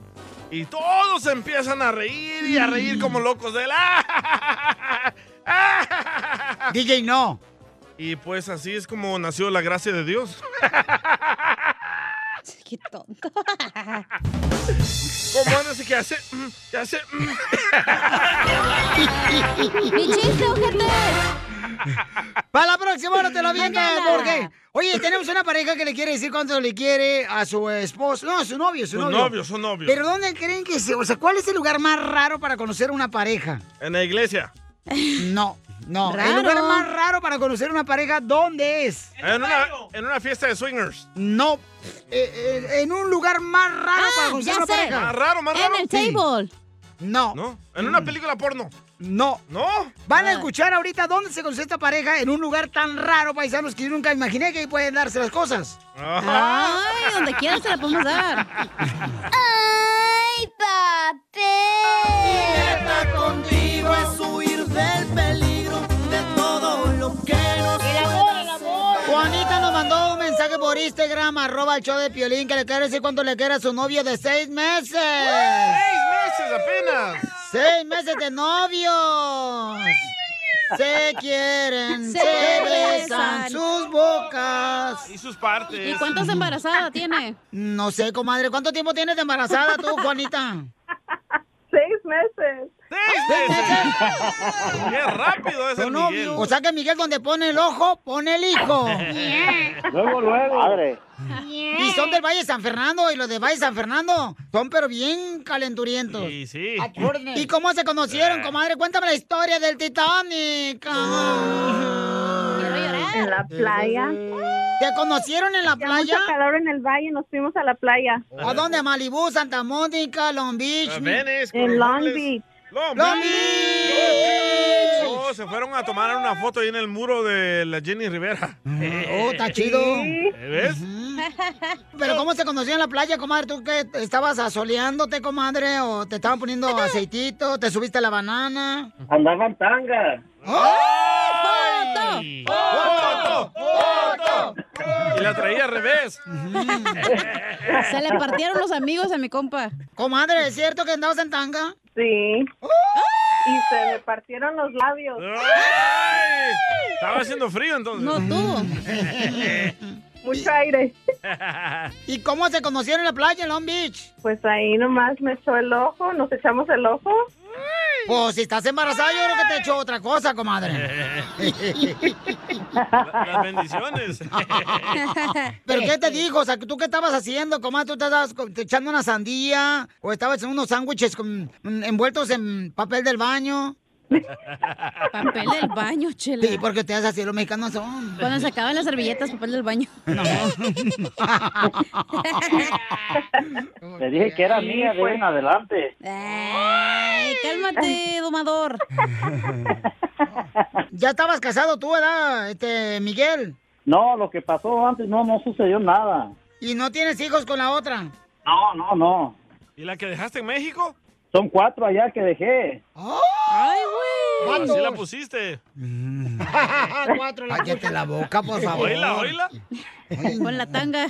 [SPEAKER 4] Y todos empiezan a reír y a reír como locos de él.
[SPEAKER 3] DJ no.
[SPEAKER 4] Y pues así es como nació la gracia de Dios.
[SPEAKER 2] Qué tonto.
[SPEAKER 4] ¿Cómo andas y qué hace? Mm, ¿Qué hace? Mm.
[SPEAKER 2] ¡Mi chiste, ojete!
[SPEAKER 3] Para la próxima no te lo avientas, Jorge. Oye, tenemos una pareja que le quiere decir cuánto le quiere a su esposo. No, a su novio, su
[SPEAKER 4] Son
[SPEAKER 3] novio.
[SPEAKER 4] novios, son novios.
[SPEAKER 3] Pero ¿dónde creen que se... O sea, ¿cuál es el lugar más raro para conocer una pareja?
[SPEAKER 4] En la iglesia.
[SPEAKER 3] No, no. El
[SPEAKER 4] Raro.
[SPEAKER 3] lugar más raro para conocer una pareja, ¿dónde es?
[SPEAKER 4] En una, en una fiesta de swingers.
[SPEAKER 3] No. Eh, eh, en un lugar más
[SPEAKER 2] Ah,
[SPEAKER 3] raro para conocer una pareja.
[SPEAKER 4] Más raro, más raro.
[SPEAKER 3] Sí. No.
[SPEAKER 4] ¿No? En una película porno.
[SPEAKER 3] No.
[SPEAKER 4] ¿No?
[SPEAKER 3] Van
[SPEAKER 2] Ah.
[SPEAKER 3] a escuchar ahorita dónde se conoce esta pareja en un lugar tan raro, paisanos, que yo nunca imaginé que ahí pueden darse las cosas.
[SPEAKER 2] Ay, donde quiera se la podemos dar.
[SPEAKER 16] ¡Ay, papel!
[SPEAKER 11] Contigo es huir del peligro de todo lo que nos
[SPEAKER 3] Juanita nos mandó un mensaje por Instagram, arroba el show de Piolín, que le quiere decir cuánto le quiere a su novio de seis meses.
[SPEAKER 4] ¡Seis meses apenas!
[SPEAKER 3] ¡Seis meses de novios! Se quieren, se,
[SPEAKER 2] Se
[SPEAKER 3] besan
[SPEAKER 2] besan.
[SPEAKER 3] sus bocas.
[SPEAKER 4] Y sus partes.
[SPEAKER 2] ¿Y cuántas embarazadas tiene?
[SPEAKER 3] No sé, comadre, ¿cuánto tiempo tienes de embarazada tú, Juanita?
[SPEAKER 15] Seis meses.
[SPEAKER 4] ¡Seis meses! ¡Qué rápido es el Miguel!
[SPEAKER 3] O sea que Miguel donde pone el ojo, pone el hijo.
[SPEAKER 15] Luego, luego. Padre.
[SPEAKER 3] Y son del Valle de San Fernando y los de Valle de San Fernando son pero bien calenturientos.
[SPEAKER 4] Sí, sí. Eh.
[SPEAKER 3] ¿Y cómo se conocieron, comadre? Cuéntame la historia del Titanic.
[SPEAKER 15] En la playa.
[SPEAKER 3] ¿Te conocieron en la
[SPEAKER 15] Mucho
[SPEAKER 3] playa?
[SPEAKER 15] calor en el valle, nos fuimos a la playa.
[SPEAKER 3] ¿A dónde? Malibu, Santa Mónica, Long Beach.
[SPEAKER 4] A Venice,
[SPEAKER 15] En Long
[SPEAKER 4] Corvallis.
[SPEAKER 15] Beach.
[SPEAKER 4] ¡Long
[SPEAKER 3] Long
[SPEAKER 4] Beach! Oh, se fueron a tomar una foto ahí en el muro de la Jenny Rivera.
[SPEAKER 3] Oh, está chido.
[SPEAKER 4] ¿Eh, ¿Ves?
[SPEAKER 3] ¿Pero cómo se conocieron en la playa, comadre? ¿Tú qué? ¿Estabas asoleándote, comadre? ¿O te estaban poniendo aceitito? ¿Te subiste a la banana?
[SPEAKER 15] Andaban tanga. ¡Ah!
[SPEAKER 3] ¡Ay!
[SPEAKER 4] ¡Foto! ¡Foto! Y la traía al revés.
[SPEAKER 2] Se le partieron los amigos a mi compa.
[SPEAKER 3] Comadre, ¿es cierto que andabas en tanga?
[SPEAKER 15] Sí. y se me partieron los labios.
[SPEAKER 4] Ah. Estaba haciendo frío entonces.
[SPEAKER 15] No,
[SPEAKER 4] tú.
[SPEAKER 15] Mucho aire.
[SPEAKER 3] ¿Y cómo se conocieron en la playa en Long Beach?
[SPEAKER 15] Pues ahí nomás me echó el ojo, nos echamos el ojo.
[SPEAKER 3] Pues si estás embarazada, yo creo que te echó otra cosa, comadre.
[SPEAKER 4] Las bendiciones.
[SPEAKER 3] ¿Pero qué te dijo? O sea, ¿tú qué estabas haciendo, comadre? ¿Tú te estabas co- te echando una sandía? ¿O estabas haciendo unos sándwiches con- mm, envueltos en papel del baño?
[SPEAKER 2] Papel del baño, chela.
[SPEAKER 3] Sí, porque ustedes así los mexicanos son.
[SPEAKER 2] Cuando se acaban las servilletas, papel del baño.
[SPEAKER 20] Te dije que era
[SPEAKER 15] Sí,
[SPEAKER 20] mía de
[SPEAKER 15] pues.
[SPEAKER 20] ahí en adelante.
[SPEAKER 2] Ay, cálmate, domador.
[SPEAKER 3] ¿Ya estabas casado tú, verdad, este, Miguel?
[SPEAKER 20] No, lo que pasó antes no, no sucedió nada.
[SPEAKER 3] ¿Y no tienes hijos con la otra?
[SPEAKER 20] No, no, no.
[SPEAKER 4] ¿Y la que dejaste en México?
[SPEAKER 20] Son cuatro allá que dejé.
[SPEAKER 3] ¡Ay,
[SPEAKER 4] Ah, Así la pusiste.
[SPEAKER 3] Cuatro la Cállate la boca, por favor.
[SPEAKER 4] Oíla, oíla.
[SPEAKER 3] Con la tanga.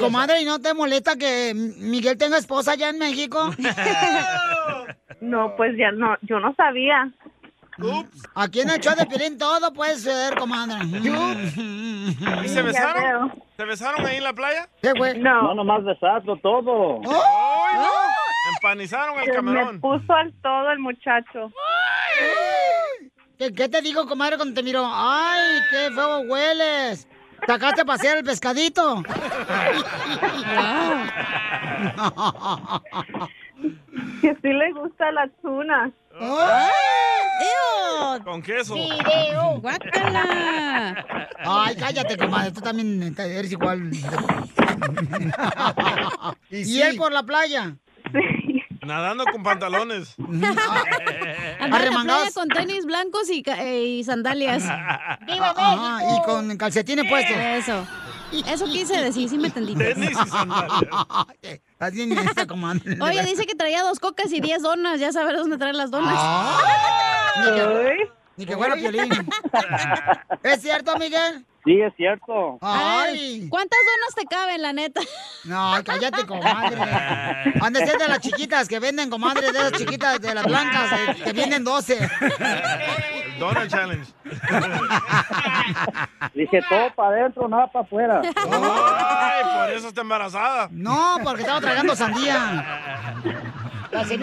[SPEAKER 3] Comadre, ¿y no te molesta que Miguel tenga esposa allá en México?
[SPEAKER 15] No, pues ya no, yo no sabía.
[SPEAKER 3] Aquí en el show de Piolín todo puede suceder, comadre.
[SPEAKER 4] ¿Y se
[SPEAKER 3] Ya
[SPEAKER 4] besaron? ¿Se besaron ahí en la playa?
[SPEAKER 3] ¿Qué, güey?
[SPEAKER 20] No, nomás besarlo todo.
[SPEAKER 3] ¡Oh!
[SPEAKER 4] Empanizaron el
[SPEAKER 15] Se
[SPEAKER 4] camarón.
[SPEAKER 15] Me puso al todo el muchacho.
[SPEAKER 3] ¿Qué, qué te digo, comadre, cuando te miro? ¡Ay, qué feo hueles! ¿Sacaste a pasear el pescadito?
[SPEAKER 15] Que sí le gusta la tuna.
[SPEAKER 4] Con queso.
[SPEAKER 15] Video.
[SPEAKER 3] ¡Guácala! Ay, cállate, comadre, tú también te- eres igual. ¿Y,
[SPEAKER 4] sí.
[SPEAKER 3] él por la playa?
[SPEAKER 4] Nadando con pantalones.
[SPEAKER 3] Ah,
[SPEAKER 2] Andaba en la playa con tenis blancos y, ca- eh, y sandalias.
[SPEAKER 4] ¡Viva
[SPEAKER 3] Ajá, Ah, y con calcetines puestos.
[SPEAKER 2] Eso. Eso quise decir, sí me entendiste.
[SPEAKER 3] Estás bien lista, comadre.
[SPEAKER 2] Oye, dice que traía dos cocas y diez donas. Ya saber dónde traer las donas.
[SPEAKER 3] Ni que, ni que fuera Piolín. ¿Es cierto, Miguel?
[SPEAKER 20] Sí, es cierto.
[SPEAKER 3] Ay.
[SPEAKER 2] ¿Cuántas donas te caben, la neta?
[SPEAKER 3] No, cállate, comadre. Han de ser de las chiquitas que venden, comadre, de las chiquitas, de las blancas, eh, que vienen 12.
[SPEAKER 4] El Donut Challenge.
[SPEAKER 20] Dije todo para adentro, nada para afuera.
[SPEAKER 4] Ay, por eso está embarazada.
[SPEAKER 3] No, porque estaba tragando sandía.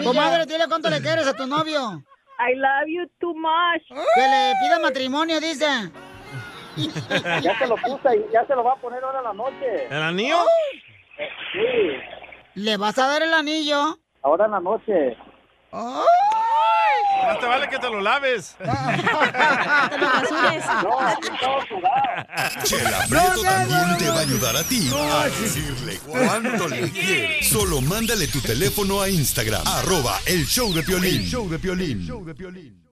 [SPEAKER 3] Comadre, dile cuánto le quieres a tu novio.
[SPEAKER 15] I love you too much.
[SPEAKER 3] Que le pida matrimonio, dice.
[SPEAKER 20] Ya se lo puse y ya se lo va a poner ahora en la noche.
[SPEAKER 4] ¿El anillo?
[SPEAKER 20] Sí,
[SPEAKER 3] ¿Le vas a dar el anillo?
[SPEAKER 20] ahora en la noche.
[SPEAKER 4] Más te vale que te lo laves.
[SPEAKER 5] Chela Prieto también te va a ayudar a ti a decirle cuánto le quieres. Solo mándale tu teléfono a Instagram, arroba el show de Piolín.
[SPEAKER 14] El
[SPEAKER 5] show de Piolín.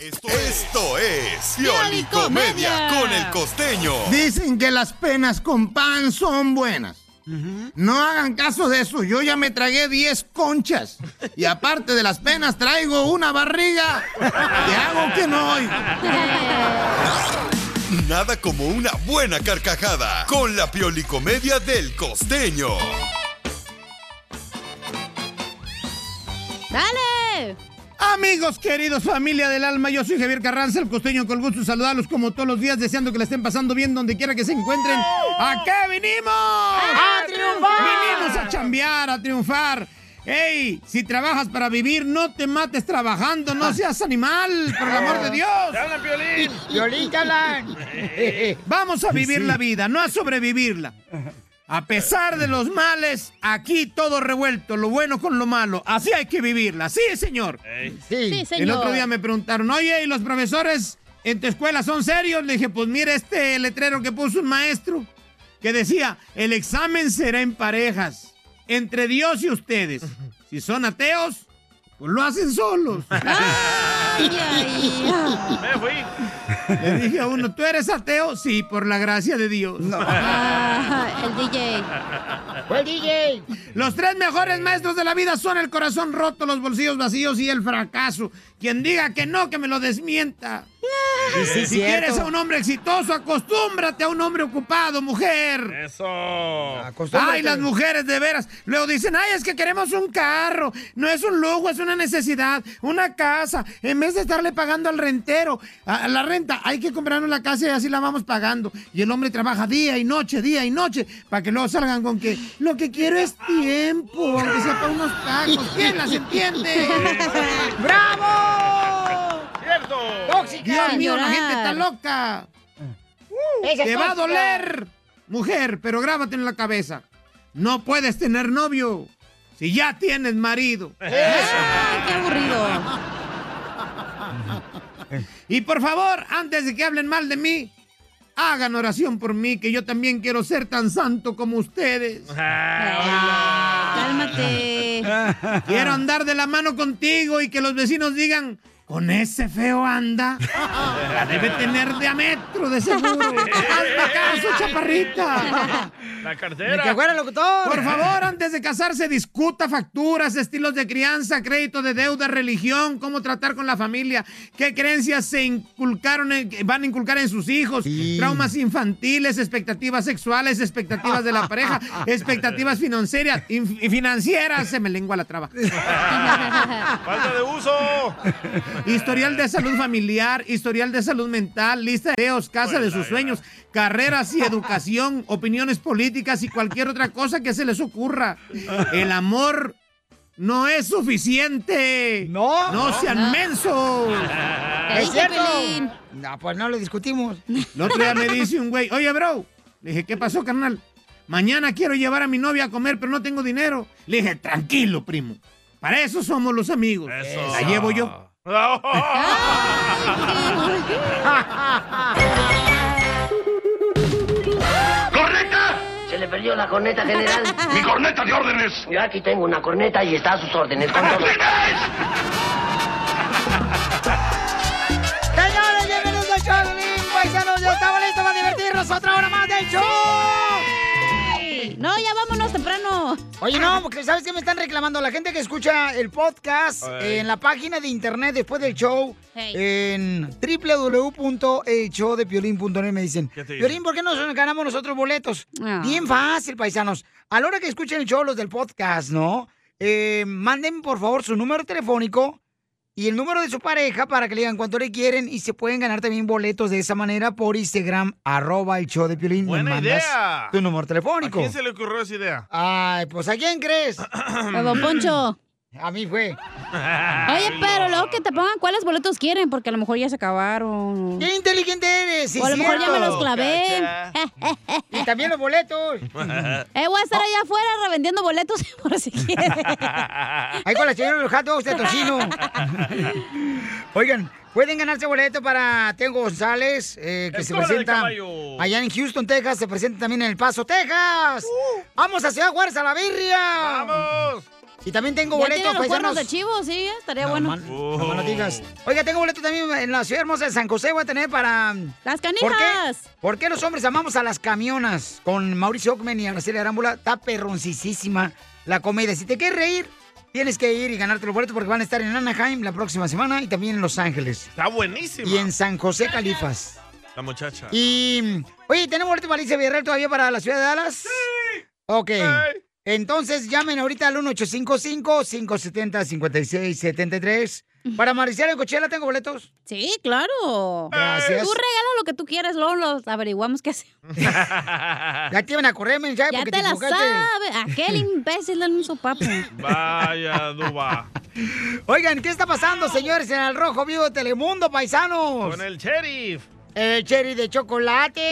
[SPEAKER 5] Esto, esto es Piolicomedia con el costeño.
[SPEAKER 14] Dicen que las penas con pan son buenas. No hagan caso de eso, yo ya me tragué 10 conchas. Y aparte de las penas, traigo una barriga. ¿Qué hago que no oigo?
[SPEAKER 5] Nada como una buena carcajada con la Piolicomedia del costeño.
[SPEAKER 2] ¡Dale!
[SPEAKER 14] Amigos, queridos, familia del alma, yo soy Javier Carranza, el costeño, con el gusto de saludarlos como todos los días, deseando que la estén pasando bien donde quiera que se encuentren. ¿A qué vinimos? ¡A
[SPEAKER 20] triunfar!
[SPEAKER 14] Vinimos a chambear, a triunfar. ¡Ey! Si trabajas para vivir, no te mates trabajando, no seas animal, por el amor de Dios.
[SPEAKER 4] ¡Te hablan, Piolín!
[SPEAKER 14] Violín, Vamos a vivir
[SPEAKER 20] Sí.
[SPEAKER 14] la vida, no a sobrevivirla. A pesar de los males, aquí todo revuelto, lo bueno con lo malo. Así hay que vivirla, sí, señor.
[SPEAKER 3] Sí.
[SPEAKER 2] Sí,
[SPEAKER 14] El
[SPEAKER 2] señor.
[SPEAKER 14] otro día me preguntaron, oye, ¿y los profesores en tu escuela son serios? Le dije, pues mira este letrero que puso un maestro que decía, el examen será en parejas, entre Dios y ustedes. Si son ateos, pues lo hacen solos.
[SPEAKER 4] Me fui.
[SPEAKER 14] Le dije a uno, ¿tú eres ateo? Sí, por la gracia de Dios.
[SPEAKER 2] Ah, el DJ.
[SPEAKER 11] Pues,
[SPEAKER 14] Fue el DJ. Los tres mejores maestros de la vida son el corazón roto, los bolsillos vacíos y el fracaso. Quien diga que no, que me lo desmienta. Y si quieres a un hombre exitoso, acostúmbrate a un hombre ocupado, mujer.
[SPEAKER 4] Eso.
[SPEAKER 14] Ay, las mujeres, de veras. Luego dicen, ay, es que queremos un carro. No es un lujo, es una necesidad. Una casa. En vez de estarle pagando al rentero a- a la renta, hay que comprarnos la casa y así la vamos pagando. Y el hombre trabaja día y noche, día y noche, para que luego salgan con que lo que quiero es tiempo, aunque sea para unos tacos. ¿Quién las entiende?
[SPEAKER 3] ¡Bravo!
[SPEAKER 4] ¡Cierto!
[SPEAKER 14] Dios mío, la gente está loca.
[SPEAKER 9] Eh,
[SPEAKER 3] Esa
[SPEAKER 14] Te va a
[SPEAKER 3] tóxica.
[SPEAKER 14] doler, mujer, pero grábate en la cabeza. No puedes tener novio si ya tienes marido.
[SPEAKER 2] ¡Ay, qué aburrido!
[SPEAKER 14] Ah. Y por favor, antes de que hablen mal de mí, hagan oración por mí, que yo también quiero ser tan santo como ustedes.
[SPEAKER 2] Cálmate.
[SPEAKER 14] Quiero andar de la mano contigo y que los vecinos digan, con ese feo anda. La debe tener de a metro, de seguro. Hazme caso, chaparrita.
[SPEAKER 4] La cartera.
[SPEAKER 14] Por favor, antes de casarse, discuta facturas, estilos de crianza, crédito de deuda, religión, cómo tratar con la familia, qué creencias se inculcaron, en- van a inculcar en sus hijos, traumas infantiles, expectativas sexuales, expectativas de la pareja, expectativas financieras, in- financieras, se me lengua la traba.
[SPEAKER 4] ¡Falta de uso!
[SPEAKER 14] Historial de salud familiar, historial de salud mental, lista de deseos, casa de sus sueños, carreras y educación, opiniones políticas y cualquier otra cosa que se les ocurra. El amor no es suficiente. No. No sean mensos.
[SPEAKER 3] ¡Es cierto! No, pues no lo discutimos.
[SPEAKER 14] El otro día me dice un güey, oye, bro. Le dije, ¿qué pasó, carnal? Mañana quiero llevar a mi novia a comer, pero no tengo dinero. Le dije, tranquilo, primo. Para eso somos los amigos. La llevo yo.
[SPEAKER 18] ¡Corneta! Se le perdió la corneta general.
[SPEAKER 21] ¡Mi corneta de órdenes!
[SPEAKER 18] Yo aquí tengo una corneta y está a sus órdenes. Con todo.
[SPEAKER 3] Señores, bienvenidos al show de Piolín, paisanos. Ya estamos listos para divertirnos otra hora más del show.
[SPEAKER 2] No, ya vámonos temprano.
[SPEAKER 3] Oye, no, porque ¿sabes qué me están reclamando? La gente que escucha el podcast
[SPEAKER 2] Ay.
[SPEAKER 3] en la página de internet después del show
[SPEAKER 2] Hey.
[SPEAKER 3] en www.elshowdepiolín.net me dicen,
[SPEAKER 18] te dicen?
[SPEAKER 3] Piolín, ¿por qué no ganamos nosotros boletos? Bien fácil, paisanos. A la hora que escuchen el show los del podcast, ¿no? Eh, manden, por favor, su número telefónico y el número de su pareja para que le digan cuánto le quieren y se pueden ganar también boletos de esa manera por Instagram, arroba el show de Piolín. Me
[SPEAKER 4] Buena
[SPEAKER 3] mandas
[SPEAKER 4] idea.
[SPEAKER 3] Tu número telefónico.
[SPEAKER 4] ¿A quién se le ocurrió esa idea?
[SPEAKER 3] Ay, pues ¿a quién crees?
[SPEAKER 4] A
[SPEAKER 2] don Poncho.
[SPEAKER 3] A mí fue.
[SPEAKER 2] Oye, pero luego que te pongan cuáles boletos quieren, porque a lo mejor ya se acabaron.
[SPEAKER 3] ¡Qué inteligente eres! sí,
[SPEAKER 2] o a lo mejor ya me
[SPEAKER 3] cierto.
[SPEAKER 2] los clavé.
[SPEAKER 3] y también los boletos.
[SPEAKER 2] Eh, voy a estar allá afuera revendiendo boletos por si quieres.
[SPEAKER 3] Ahí con la señora de los hot dogs de tocino. Oigan, pueden ganarse boleto para Tego González, eh, que se
[SPEAKER 4] Escuela de
[SPEAKER 3] presenta
[SPEAKER 4] caballo.
[SPEAKER 3] allá en Houston, Texas. Se presenta también en El Paso, Texas. ¡Vamos a Ciudad Juárez, a la birria! ¡Vamos! Y también tengo
[SPEAKER 2] ya
[SPEAKER 3] boletos,
[SPEAKER 2] tienen los cuernos
[SPEAKER 3] paisanos.
[SPEAKER 2] de chivo, sí, ya estaría
[SPEAKER 3] No,
[SPEAKER 2] bueno.
[SPEAKER 3] man, no
[SPEAKER 4] Oh.
[SPEAKER 3] me lo digas. Oiga, tengo boleto también en la ciudad hermosa de San José. Voy a tener para. mm,
[SPEAKER 2] ¡Las
[SPEAKER 3] ¿Por qué,
[SPEAKER 2] canijas!
[SPEAKER 3] por qué los hombres amamos a las camionas? Con Mauricio Ockman y Araceli Arámbula. Está perroncisísima la comedia. Si te quieres reír, tienes que ir y ganarte los boletos porque van a estar en Anaheim la próxima semana y también en Los Ángeles.
[SPEAKER 4] Está buenísima.
[SPEAKER 3] Y en San José, Califas.
[SPEAKER 4] La muchacha.
[SPEAKER 3] Y. Oye, ¿tenemos boleto para Alicia Villarreal todavía para la ciudad de Dallas? Sí. Ok. Entonces llamen ahorita al 1855-570-5673. Para Maricela Cochela tengo boletos.
[SPEAKER 2] Sí, claro.
[SPEAKER 3] Gracias.
[SPEAKER 2] Tú regala lo que tú quieras, luego los averiguamos qué hacemos.
[SPEAKER 3] Ya te iban a correr, men, ya,
[SPEAKER 2] Ya
[SPEAKER 3] porque
[SPEAKER 2] te la
[SPEAKER 3] equivocaste.
[SPEAKER 2] sabes. Aquel imbécil en un sopapo.
[SPEAKER 4] Vaya, Duba.
[SPEAKER 3] Oigan, ¿qué está pasando, señores, en el Rojo Vivo de Telemundo, paisanos?
[SPEAKER 4] Con el sheriff.
[SPEAKER 3] El cherry de chocolate.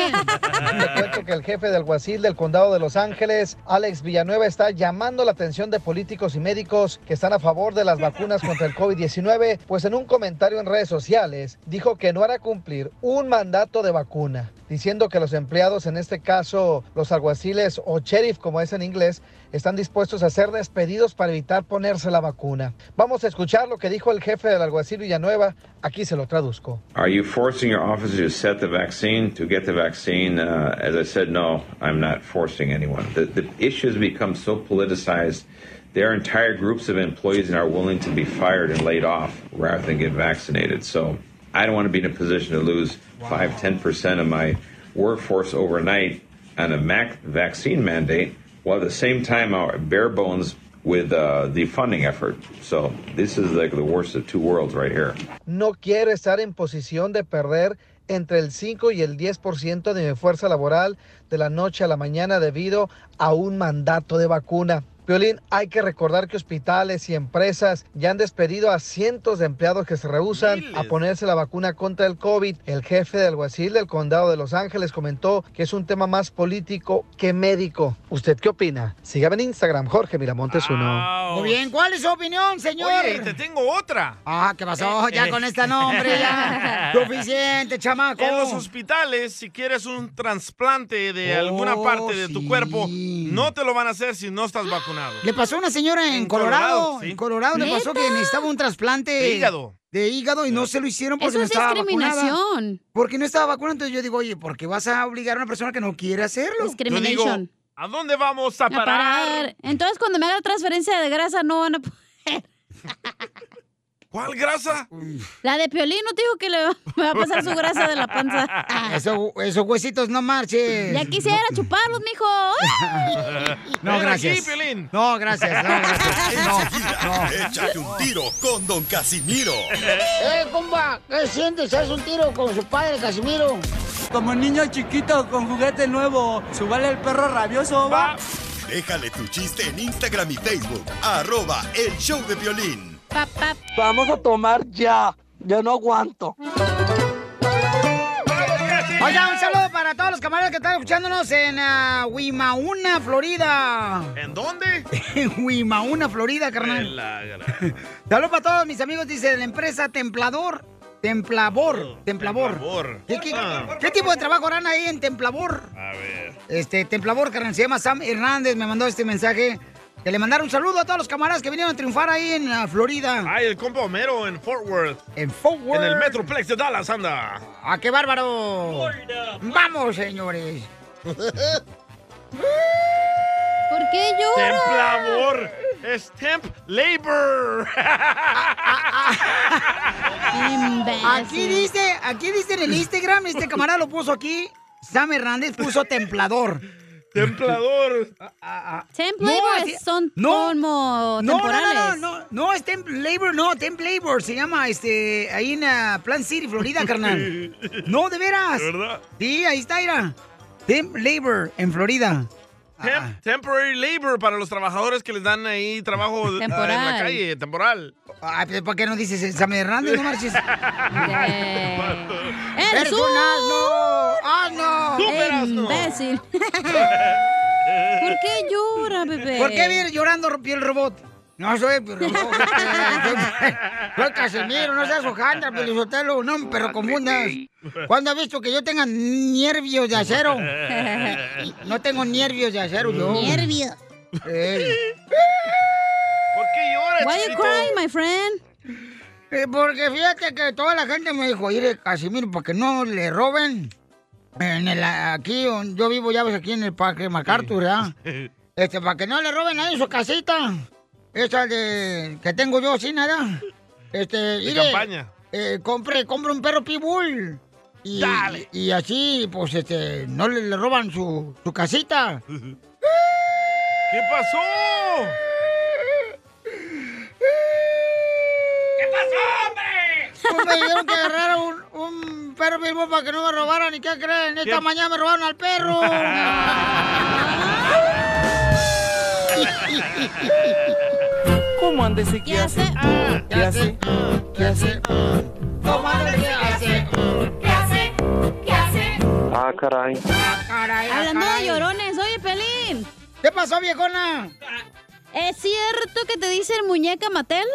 [SPEAKER 6] Te cuento que el jefe del alguacil del condado de Los Ángeles, Alex Villanueva, está llamando la atención de políticos y médicos que están a favor de las vacunas contra el COVID-19, pues en un comentario en redes sociales dijo que no hará cumplir un mandato de vacuna, diciendo que los empleados, en este caso los alguaciles o sheriff como es en inglés, están dispuestos a ser despedidos para evitar ponerse la vacuna. Vamos a escuchar lo que dijo el jefe del alguacil Villanueva, aquí se lo traduzco.
[SPEAKER 22] Are you forcing your officers to set the vaccine, to get the vaccine? Uh, as I said, no, I'm not forcing anyone. The, the issue has become so politicized, there are entire groups of employees that are willing to be fired and laid off rather than get vaccinated. So I don't want to be in a position to lose five, ten percent of my workforce overnight on a mac- vaccine mandate, while at the same time our bare bones with uh, the funding effort. So this is like the worst of two worlds right here.
[SPEAKER 6] No quiero estar en posición de perder entre el 5 y el 10% de mi fuerza laboral de la noche a la mañana debido a un mandato de vacuna. Violín, hay que recordar que hospitales y empresas ya han despedido a cientos de empleados que se rehusan a ponerse la vacuna contra el COVID. El jefe del alguacil del condado de Los Ángeles comentó que es un tema más político que médico. ¿Usted qué opina? Sígame en Instagram, Jorge Miramontes uno.
[SPEAKER 3] Muy bien, ¿cuál es su opinión, señor?
[SPEAKER 4] Oye, y te tengo otra.
[SPEAKER 3] Ah, ¿qué pasó?
[SPEAKER 4] Eh,
[SPEAKER 3] ya
[SPEAKER 4] eh.
[SPEAKER 3] con este nombre, ya. Suficiente, chamaco.
[SPEAKER 4] En los hospitales, si quieres un trasplante de alguna
[SPEAKER 3] Oh,
[SPEAKER 4] parte de tu cuerpo, no te lo van a hacer si no estás vacunado.
[SPEAKER 3] Le pasó a una señora en,
[SPEAKER 4] En
[SPEAKER 3] Colorado.
[SPEAKER 4] Colorado, sí.
[SPEAKER 3] En Colorado le
[SPEAKER 4] ¿Neta?
[SPEAKER 3] pasó que necesitaba un trasplante
[SPEAKER 4] De hígado.
[SPEAKER 3] De hígado y no se lo hicieron porque
[SPEAKER 2] Eso
[SPEAKER 3] no
[SPEAKER 2] es
[SPEAKER 3] estaba
[SPEAKER 2] discriminación.
[SPEAKER 3] vacunada. Porque no estaba vacunada. Entonces yo digo, oye, ¿por qué vas a obligar a una persona que no quiere hacerlo?
[SPEAKER 4] Yo digo, ¿a dónde vamos a
[SPEAKER 2] A
[SPEAKER 4] parar?
[SPEAKER 2] parar. Entonces, cuando me haga la transferencia de grasa, no van a poder.
[SPEAKER 4] ¿Cuál grasa?
[SPEAKER 2] La de Piolín, no te digo que le va, me va a pasar su grasa de la panza.
[SPEAKER 3] Eso- esos huesitos no marchen.
[SPEAKER 2] Ya quisiera chuparlos, mijo. ¡Ay!
[SPEAKER 3] No, gracias. no, gracias. No, gracias. No.
[SPEAKER 5] Échate un tiro con Don Casimiro.
[SPEAKER 8] ¡Eh, comba! ¿Qué sientes? ¿Haz un tiro con su padre, Casimiro?
[SPEAKER 11] Como niño chiquito con juguete nuevo, subale el perro rabioso, va.
[SPEAKER 5] Déjale tu chiste en Instagram y Facebook. Arroba el show de violín.
[SPEAKER 11] Vamos a tomar ya. Yo no aguanto.
[SPEAKER 3] Oiga, un saludo para todos los camaradas que están escuchándonos en ah, Wimauna, Florida.
[SPEAKER 4] ¿En dónde?
[SPEAKER 3] En Wimauna, Florida, carnal. Saludos para todos mis amigos, dice de la empresa Templador.
[SPEAKER 4] Oh,
[SPEAKER 3] Templabor. Templabor.
[SPEAKER 4] Templabor.
[SPEAKER 3] ¿Qué, qué-
[SPEAKER 4] Ah.
[SPEAKER 3] qué tipo de trabajo harán ahí en Templabor?
[SPEAKER 4] A ver.
[SPEAKER 3] Este, Templabor, carnal, se llama Sam Hernández, me mandó este mensaje. Que le mandaron un saludo a todos los camaradas que vinieron a triunfar ahí en ah, Florida.
[SPEAKER 4] Ay, el compa Homero en Fort Worth.
[SPEAKER 3] En Fort
[SPEAKER 4] En el Metroplex de Dallas, anda.
[SPEAKER 3] ¡Ah, qué bárbaro! ¡Vamos, señores!
[SPEAKER 2] ¿Por qué llora?
[SPEAKER 4] Templador. Es temp labor.
[SPEAKER 3] Aquí dice, aquí dice en el Instagram, este camarada lo puso aquí. Sam Hernández puso templador.
[SPEAKER 4] Templador.
[SPEAKER 2] Temp labor
[SPEAKER 3] así-
[SPEAKER 2] son como
[SPEAKER 3] no,
[SPEAKER 2] temporales.
[SPEAKER 3] No, no, no, no, es temp labor, no, temp labor, se llama, este, ahí en ah, Plant City, Florida, carnal. No, de veras.
[SPEAKER 4] ¿De verdad?
[SPEAKER 3] Sí, ahí está, mira. Temp labor en Florida.
[SPEAKER 4] Temp- temporary labor para los trabajadores que les dan ahí trabajo ah, en la
[SPEAKER 3] Temporal.
[SPEAKER 4] calle, temporal.
[SPEAKER 3] Ay, pero ¿por qué no dices Sam Hernández? No marches.
[SPEAKER 2] ¡Eres un
[SPEAKER 3] asno! ¡Asno!
[SPEAKER 2] ¡Súper asno! ¡Imbécil! ¿Por qué llora, bebé?
[SPEAKER 3] ¿Por qué viene llorando piel robot? No soy piel robot. soy- Soy Casimiro, no seas hojandra, Pelizotelo. No, pero confundas. ¿Cuándo has visto que yo tenga nervios de acero? No tengo nervios de acero, yo.
[SPEAKER 2] Nervio.
[SPEAKER 3] Ey.
[SPEAKER 4] ¿Por qué llora,
[SPEAKER 3] Why
[SPEAKER 2] you crying, my friend?
[SPEAKER 3] Eh, porque fíjate que toda la gente me dijo, ir Casimiro, para que no le roben. En el, aquí, donde yo vivo, ya ves, aquí en el parque MacArthur, ¿ya? Este, para que no le roben ahí su casita. Esa de que tengo yo sin nada. Este, mire,
[SPEAKER 4] campaña.
[SPEAKER 3] eh, compre, compre un perro pitbull. Y,
[SPEAKER 4] Dale.
[SPEAKER 3] y así, pues, este, no le, le roban su, su casita.
[SPEAKER 4] ¿Qué pasó?
[SPEAKER 3] ¿Qué pasó, hombre? Pues me dijeron que agarrara un, un perro pitbull para que no me robaran. ¿Y qué creen? Esta
[SPEAKER 4] ¿Qué?
[SPEAKER 3] mañana me robaron al perro.
[SPEAKER 11] ¿Cómo anda ese qué hace? ¿Qué hace? ¿Qué hace?
[SPEAKER 3] ¿Cómo anda? ¿Qué hace?
[SPEAKER 16] ¿Qué hace? ¿Qué hace?
[SPEAKER 17] Ah, caray.
[SPEAKER 2] Hablando
[SPEAKER 3] caray.
[SPEAKER 2] de llorones, oye, Pelín.
[SPEAKER 3] ¿Qué pasó, viejona?
[SPEAKER 2] ¿Es cierto que te dicen muñeca Matel?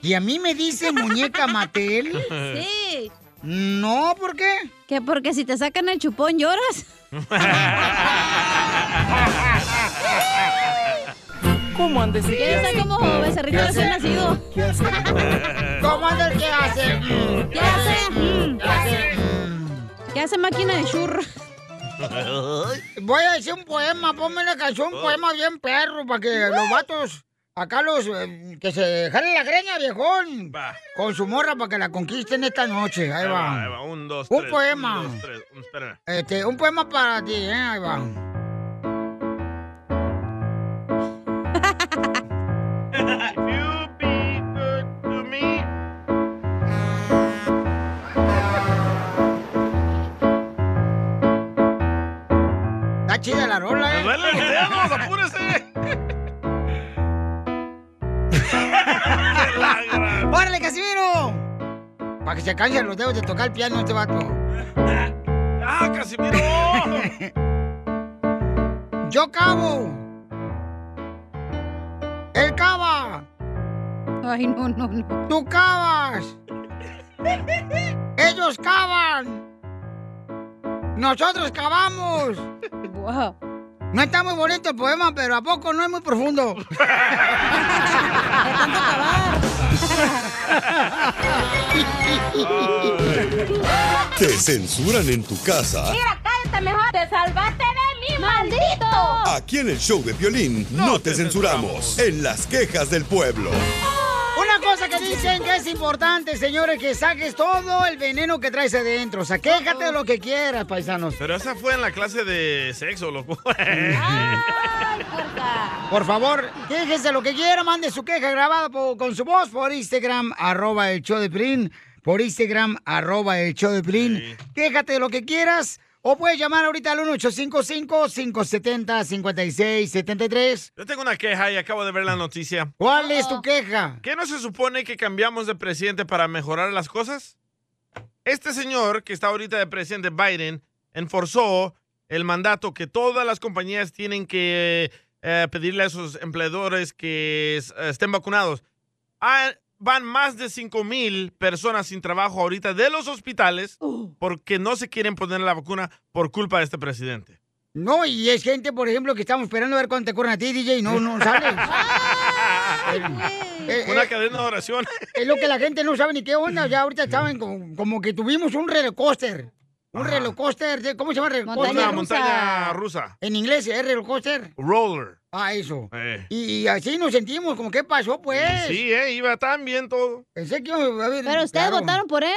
[SPEAKER 3] ¿Y a mí me dice muñeca Matel?
[SPEAKER 2] Sí.
[SPEAKER 3] No, ¿por qué?
[SPEAKER 2] Que porque si te sacan el chupón lloras.
[SPEAKER 11] ¿Cómo anda ese
[SPEAKER 2] ¿Qué está como becerrito
[SPEAKER 11] ¿Qué
[SPEAKER 2] recién
[SPEAKER 11] hace?
[SPEAKER 2] nacido?
[SPEAKER 11] ¿Qué hace?
[SPEAKER 3] ¿Cómo anda el que hace?
[SPEAKER 2] ¿Qué
[SPEAKER 3] Mm.
[SPEAKER 2] hace? ¿Qué hace? ¿Qué hace máquina de churro?
[SPEAKER 4] Oh.
[SPEAKER 3] Voy a decir un poema, ponme la canción, un poema bien perro, para que los vatos Acá los eh, que se jalen la greña, viejón. Con su morra para que la conquisten esta noche. Ahí va.
[SPEAKER 4] Ahí va, Un, dos,
[SPEAKER 3] Un
[SPEAKER 4] tres.
[SPEAKER 3] poema.
[SPEAKER 4] Un, dos, tres. Un- espera.
[SPEAKER 3] Este, un poema para ti, ¿eh? Ahí va. Está chida la rola,
[SPEAKER 4] ¡Me
[SPEAKER 3] ¿eh?
[SPEAKER 4] duelen los dedos! ¡Apúrese!
[SPEAKER 3] ¡Órale, Casimiro! Para que se cansen los dedos de tocar el piano este vato. ¡Ah, Casimiro! Yo cabo. El cava.
[SPEAKER 2] Ay, no, no, no.
[SPEAKER 3] Tú cavas. Ellos cavan. Nosotros cavamos. No está muy bonito el poema, pero a poco no es muy profundo.
[SPEAKER 5] Te censuran en tu casa.
[SPEAKER 16] cállate mejor. Te salvaste de mí, maldito.
[SPEAKER 5] Aquí en el show de violín no te censuramos. En las quejas del pueblo.
[SPEAKER 3] Una cosa que dicen que es importante, señores, que saques todo el veneno que traes adentro. O sea, quéjate de lo que quieras, paisanos.
[SPEAKER 4] Pero esa fue en la clase de sexo, loco.
[SPEAKER 2] Ah.
[SPEAKER 3] Por favor, quéjese lo que quiera, mande su queja grabada po- con su voz por Instagram, arroba el show de Plin, por Instagram, arroba el show de Plin. Quéjate de lo que quieras o puedes llamar ahorita al 1855-570-5673.
[SPEAKER 4] Yo tengo una queja y acabo de ver la noticia.
[SPEAKER 3] ¿Cuál es tu queja?
[SPEAKER 4] ¿Qué no se supone que cambiamos de presidente para mejorar las cosas? Este señor que está ahorita de presidente Biden enforzó el mandato que todas las compañías tienen que eh, pedirle a sus empleadores que es- eh, estén vacunados. Ah, van más de 5 mil personas sin trabajo ahorita de los hospitales
[SPEAKER 3] Oh.
[SPEAKER 4] porque no se quieren poner la vacuna por culpa de este presidente.
[SPEAKER 3] No, y es gente, por ejemplo, que estamos esperando a ver cuándo te corren a ti, DJ, y no, no sales. Eh,
[SPEAKER 4] Una
[SPEAKER 3] eh,
[SPEAKER 4] cadena de oración.
[SPEAKER 3] Es lo que la gente no sabe ni qué onda. Ya ahorita estaban como, como que tuvimos un roller coaster. Un roller coaster. de- ¿Cómo se llama? roller coaster?
[SPEAKER 4] Una montaña rusa.
[SPEAKER 3] En inglés es roller coaster.
[SPEAKER 4] Roller.
[SPEAKER 3] Ah, eso.
[SPEAKER 4] Eh.
[SPEAKER 3] Y, y así nos sentimos, como qué pasó, pues.
[SPEAKER 4] Sí, eh, iba tan bien todo.
[SPEAKER 3] Pensé que iba a haber-
[SPEAKER 2] ¿Pero ustedes
[SPEAKER 3] claro.
[SPEAKER 2] votaron por él?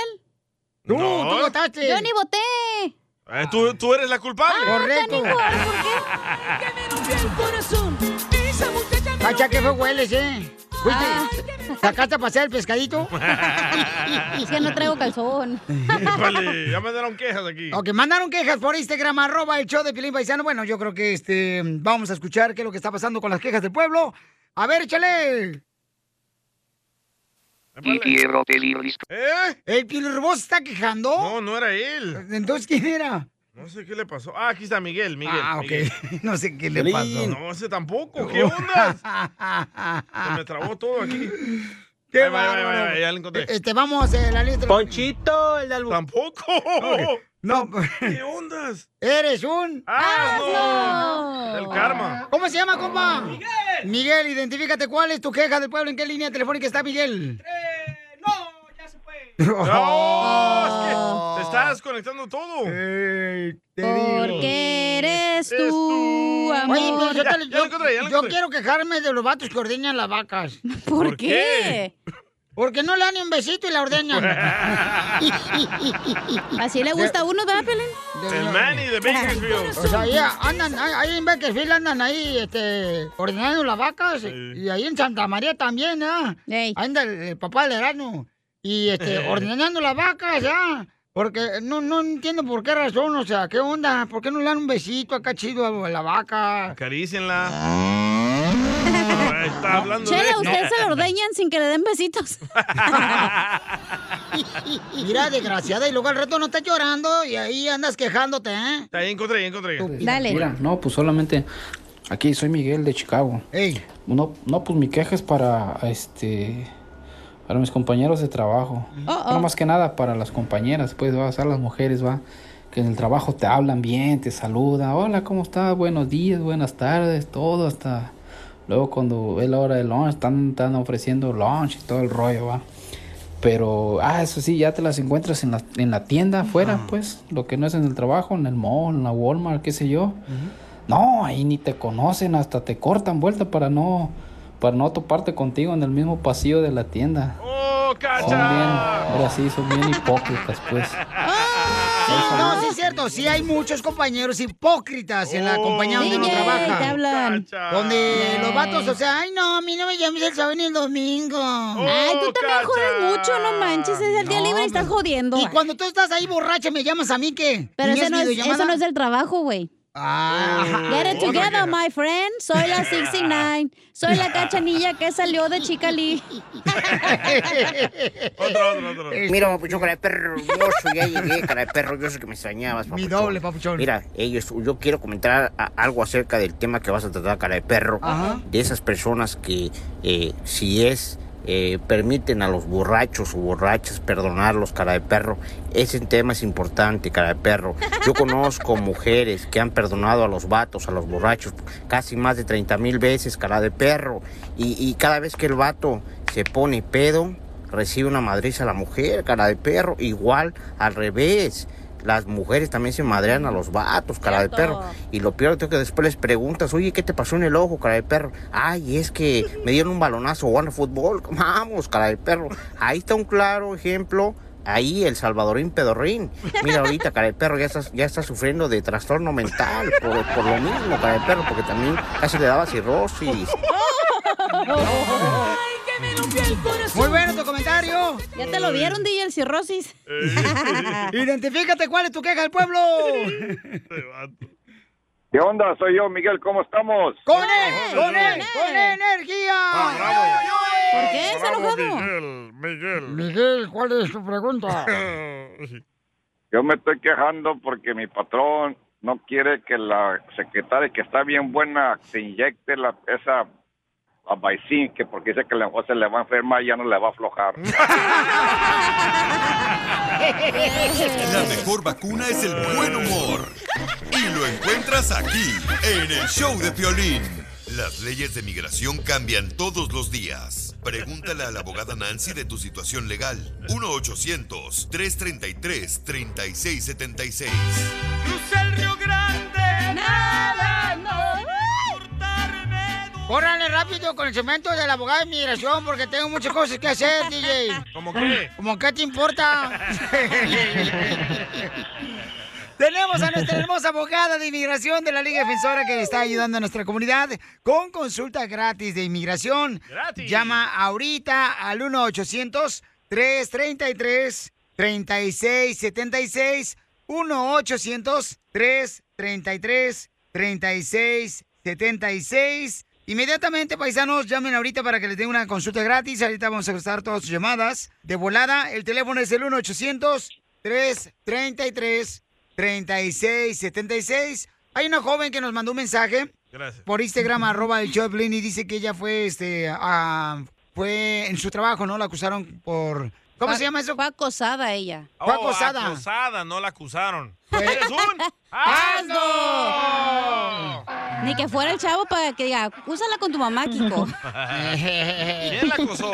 [SPEAKER 4] Tú, No. tú votaste.
[SPEAKER 2] Yo ni voté.
[SPEAKER 4] Eh, tú, tú eres la culpable.
[SPEAKER 2] Ah, Correcto. Tony Hawk,
[SPEAKER 3] Cacha, qué feo hueles, ¿eh? Fuiste, ¿Sacaste a pasear el pescadito?
[SPEAKER 4] Es que no traigo
[SPEAKER 3] calzón.
[SPEAKER 4] Híjole, ya me dieron quejas aquí.
[SPEAKER 3] Ok, mandaron quejas por Instagram, arroba el show de Pilín Paisano. Bueno, yo creo que este vamos a escuchar qué es lo que está pasando con las quejas del pueblo. A ver, échale.
[SPEAKER 18] Pirro listo.
[SPEAKER 4] ¿Eh?
[SPEAKER 3] ¿El Pilirrobos está quejando?
[SPEAKER 4] No, no era él.
[SPEAKER 3] Entonces, ¿quién era?
[SPEAKER 4] No sé qué le pasó. Ah, aquí está Miguel, Miguel.
[SPEAKER 3] Ah, ok.
[SPEAKER 4] Miguel.
[SPEAKER 3] no sé qué le pasó.
[SPEAKER 4] No sé tampoco. ¿Qué onda? Se me trabó todo aquí.
[SPEAKER 3] Qué
[SPEAKER 4] Ahí va, ahí va, ahí va,
[SPEAKER 3] bárbaro.
[SPEAKER 4] Ya lo encontré.
[SPEAKER 3] Este, vamos a la lista. Ponchito, el del...
[SPEAKER 4] Tampoco.
[SPEAKER 3] No.
[SPEAKER 4] ¿Qué ondas?
[SPEAKER 3] Eres un...
[SPEAKER 4] ¡Asno! El karma.
[SPEAKER 3] ¿Cómo se llama, compa? Miguel. Miguel, identifícate cuál es tu queja del pueblo. ¿En qué línea telefónica está Miguel? no, ya se fue.
[SPEAKER 4] No, es que te estás conectando todo.
[SPEAKER 2] Porque eres tú, amor.
[SPEAKER 3] Oye, pues, pero yo, te- yo- yo
[SPEAKER 2] yo
[SPEAKER 3] quiero quejarme de los vatos que ordeñan las vacas.
[SPEAKER 2] ¿Por ¿Por qué?
[SPEAKER 3] Porque no le dan ni un besito y la ordeñan.
[SPEAKER 2] Así le gusta a uno, ¿verdad, Pelín?
[SPEAKER 4] El Manny de Bakersfield.
[SPEAKER 3] O sea, ahí andan, ahí- ahí en Bakersfield andan ahí, este, ordenando las vacas. Y ahí en Santa María también, ¿ah? Ahí anda el, el papá del Erasmo. Y, este, ordenando las vacas, ¿ah? Porque no, no entiendo por qué razón, o sea, ¿qué onda? ¿Por qué no le dan un besito acá chido a la vaca?
[SPEAKER 4] Acarícienla. Ah, Está hablando de
[SPEAKER 2] Chela, ¿ustedes se lo ordeñan sin que le den besitos?
[SPEAKER 3] Mira, desgraciada, y luego al rato no estás llorando y ahí andas quejándote, ¿eh?
[SPEAKER 4] Ahí encontré, ahí encontré.
[SPEAKER 17] eh, Mira, no, pues solamente aquí soy Miguel de Chicago. No, no, pues mi queja es para este para mis compañeros de trabajo.
[SPEAKER 21] Oh, oh.
[SPEAKER 17] No más que nada para las compañeras, pues va a ser las mujeres, va que en el trabajo te hablan bien, te saludan, hola, ¿cómo estás? Buenos días, buenas tardes, todo hasta luego cuando es la hora del lunch, están, están ofreciendo lunch y todo el rollo, va. Pero, ah, eso sí, ya te las encuentras en la, en la tienda afuera, pues, lo que no es en el trabajo, en el mall, en la Walmart, qué sé yo. No, ahí ni te conocen, hasta te cortan vuelta para no, para no toparte contigo en el mismo pasillo de la tienda. son bien, ahora sí, son bien hipócritas, pues.
[SPEAKER 3] Sí, no, sí es cierto. Sí hay muchos compañeros hipócritas en
[SPEAKER 4] Oh.
[SPEAKER 3] la compañía donde uno
[SPEAKER 2] DJ,
[SPEAKER 3] trabaja.
[SPEAKER 2] te hablan.
[SPEAKER 3] Donde
[SPEAKER 2] Yeah.
[SPEAKER 3] eh, los vatos, o sea, ay no, a mí no me llames el sábado ni el domingo. Oh,
[SPEAKER 2] Ay,
[SPEAKER 4] Oh,
[SPEAKER 2] tú también jodes mucho, no manches, es el día libre y estás jodiendo.
[SPEAKER 3] Y cuando tú estás ahí borracha, me llamas a mí que.
[SPEAKER 2] Pero ese no es- eso no es del trabajo, güey.
[SPEAKER 3] Ah,
[SPEAKER 2] Get
[SPEAKER 11] Ah.
[SPEAKER 2] it together, my friend. Soy la 69. Soy la cachanilla que salió de Chicali.
[SPEAKER 4] Otro, otro, otro.
[SPEAKER 9] Eh, Mira, papuchón, cara de perro hermoso, ya llegué, cara de perro, yo sé que me extrañabas, papuchón. Mi doble,
[SPEAKER 3] papuchón.
[SPEAKER 9] Mira, ellos, yo quiero comentar a- algo acerca del tema que vas a tratar, cara de perro.
[SPEAKER 3] Ajá.
[SPEAKER 9] De esas personas que, eh, si es, eh, permiten a los borrachos o borrachas perdonarlos, cara de perro. Ese tema es importante, cara de perro. Yo conozco mujeres que han perdonado a los vatos, a los borrachos, casi más de 30 mil veces, cara de perro. Y, y cada vez que el vato se pone pedo, recibe una madriza a la mujer, cara de perro, igual al revés. Las mujeres también se madrean a los vatos, cara de perro. Y lo peor es que después les preguntas, oye, ¿qué te pasó en el ojo, cara de perro? Ay, es que me dieron un balonazo jugando fútbol. Vamos, cara de perro. Ahí está un claro ejemplo. Ahí, el salvadorín pedorrín. Mira, ahorita, cara de perro, ya está, ya está sufriendo de trastorno mental por, por lo mismo, cara de perro, porque también casi le daba cirrosis.
[SPEAKER 3] Muy bueno tu comentario. Eh.
[SPEAKER 2] Ya te lo vieron, DJ, el cirrosis.
[SPEAKER 3] Identifícate cuál es tu queja del pueblo.
[SPEAKER 21] ¿Qué onda? Soy yo, Miguel. ¿Cómo estamos?
[SPEAKER 3] ¡Con él! ¡Con él! ¡Con energía!
[SPEAKER 2] Ah, ¿Por qué es
[SPEAKER 21] Miguel, Miguel.
[SPEAKER 3] Miguel, ¿cuál es tu pregunta?
[SPEAKER 21] Yo me estoy quejando porque mi patrón no quiere que la secretaria, que está bien buena, se inyecte la, esa abaicín, que porque dice que la mujer se le va a enfermar y ya no le va a aflojar.
[SPEAKER 3] Mm.
[SPEAKER 5] La mejor vacuna es el buen humor. Y lo encuentras aquí, en el show de Piolín. Las leyes de migración cambian todos los días. Pregúntale a la abogada Nancy de tu situación legal. 1-800-333-3676.
[SPEAKER 3] Nada, Córranle rápido con el cemento de la abogada de inmigración porque tengo muchas cosas que hacer, DJ.
[SPEAKER 4] ¿Cómo qué?
[SPEAKER 3] ¿Cómo qué te importa? Tenemos a nuestra hermosa abogada de inmigración de la Liga Defensora que está ayudando a nuestra comunidad con consulta gratis de inmigración.
[SPEAKER 4] Gratis.
[SPEAKER 3] Llama ahorita al 1-800-333-3676. 1-800-333-3676. Inmediatamente, paisanos, llamen ahorita para que les den una consulta gratis. Ahorita vamos a contestar todas sus llamadas de volada. El teléfono es el 1-800-333-3676. Hay una joven que nos mandó un mensaje
[SPEAKER 4] Gracias.
[SPEAKER 3] por Instagram, arroba el Choplin, y dice que ella fue, este, a- fue en su trabajo, ¿no? La acusaron por... ¿Cómo se llama eso?
[SPEAKER 2] Fue acosada ella.
[SPEAKER 4] Oh, acosada, no la acusaron.
[SPEAKER 2] ¡Eres
[SPEAKER 4] un
[SPEAKER 2] Ni que fuera el chavo para que diga, úsala con tu mamá, Kiko.
[SPEAKER 4] ¿Quién la acosó?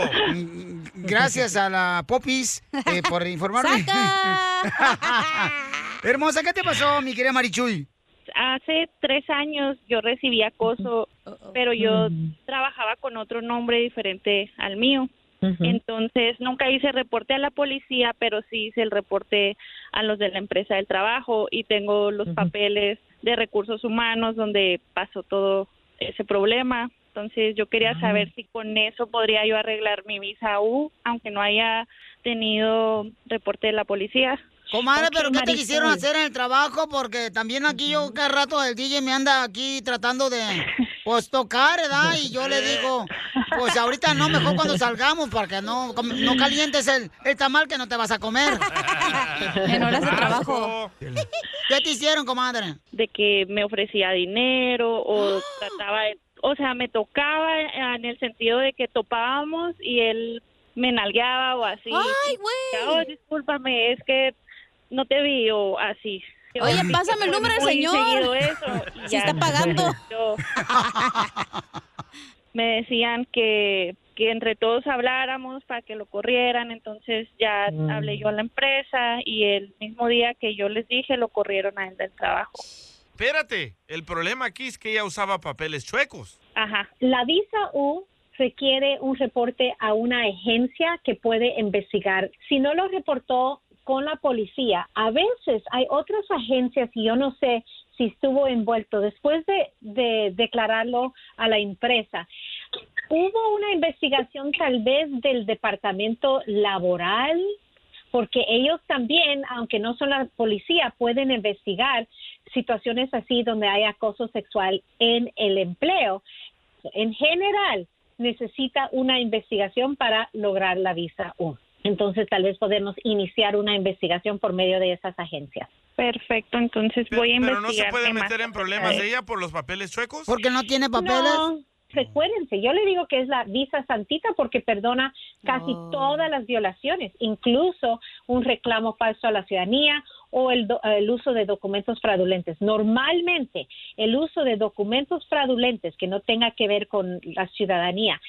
[SPEAKER 3] Gracias a la Popis eh, por informarme. Hermosa, ¿qué te pasó, mi querida Marichuy?
[SPEAKER 19] Hace tres años yo recibí acoso,
[SPEAKER 3] Oh,
[SPEAKER 19] pero yo trabajaba con otro nombre diferente al mío. Entonces nunca hice reporte a la policía, pero sí hice el reporte a los de la empresa del trabajo y tengo los papeles de recursos humanos donde pasó todo ese problema. Entonces yo quería saber si con eso podría yo arreglar mi visa U, aunque no haya tenido reporte de la policía.
[SPEAKER 3] Comadre,
[SPEAKER 19] Ok,
[SPEAKER 3] ¿pero qué te
[SPEAKER 19] Marisol.
[SPEAKER 3] quisieron hacer en el trabajo? Porque también aquí yo cada rato el DJ me anda aquí tratando de, pues, tocar, ¿verdad? Y yo le digo, pues, ahorita no, mejor cuando salgamos, porque no, com- no calientes el, el tamal que no te vas a comer.
[SPEAKER 19] En horas de trabajo.
[SPEAKER 3] ¿Qué te hicieron, comadre?
[SPEAKER 19] de que me ofrecía dinero o trataba de, o sea, me tocaba en el sentido de que topábamos y él me nalgueaba o así.
[SPEAKER 2] ¡Ay, güey!
[SPEAKER 19] Oh, discúlpame, es que no te vi o así.
[SPEAKER 2] Oye, pásame el número del
[SPEAKER 19] Muy
[SPEAKER 2] señor.
[SPEAKER 19] seguido eso, y
[SPEAKER 2] Si
[SPEAKER 19] ya,
[SPEAKER 2] está pagando.
[SPEAKER 19] yo- me decían que, que entre todos habláramos para que lo corrieran, entonces ya
[SPEAKER 23] Mm.
[SPEAKER 19] hablé yo a la empresa y el mismo día que yo les dije lo corrieron a él del trabajo.
[SPEAKER 4] Espérate, el problema aquí es que ella usaba papeles chuecos.
[SPEAKER 19] Ajá. La visa U
[SPEAKER 1] requiere un reporte a una agencia que puede investigar. Si no lo reportó con la policía, a veces hay otras agencias y yo no sé si estuvo envuelto después de, de declararlo a la empresa. Hubo una investigación tal vez del departamento laboral, porque ellos también, aunque no son la policía, pueden investigar situaciones así donde hay acoso sexual en el empleo. En general, necesita una investigación para lograr la visa U. Entonces, tal vez podemos iniciar una investigación por medio de esas agencias.
[SPEAKER 19] Perfecto, entonces voy a
[SPEAKER 4] Pero
[SPEAKER 19] investigar.
[SPEAKER 4] no se puede
[SPEAKER 19] qué más.
[SPEAKER 4] meter en problemas ella por los papeles chuecos.
[SPEAKER 1] No, recuérdense, yo le digo que es la visa santita porque perdona casi
[SPEAKER 3] Oh.
[SPEAKER 1] todas las violaciones, incluso un reclamo falso a la ciudadanía o el, do- el uso de documentos fraudulentes. Normalmente, el uso de documentos fraudulentes que no tenga que ver con la ciudadanía,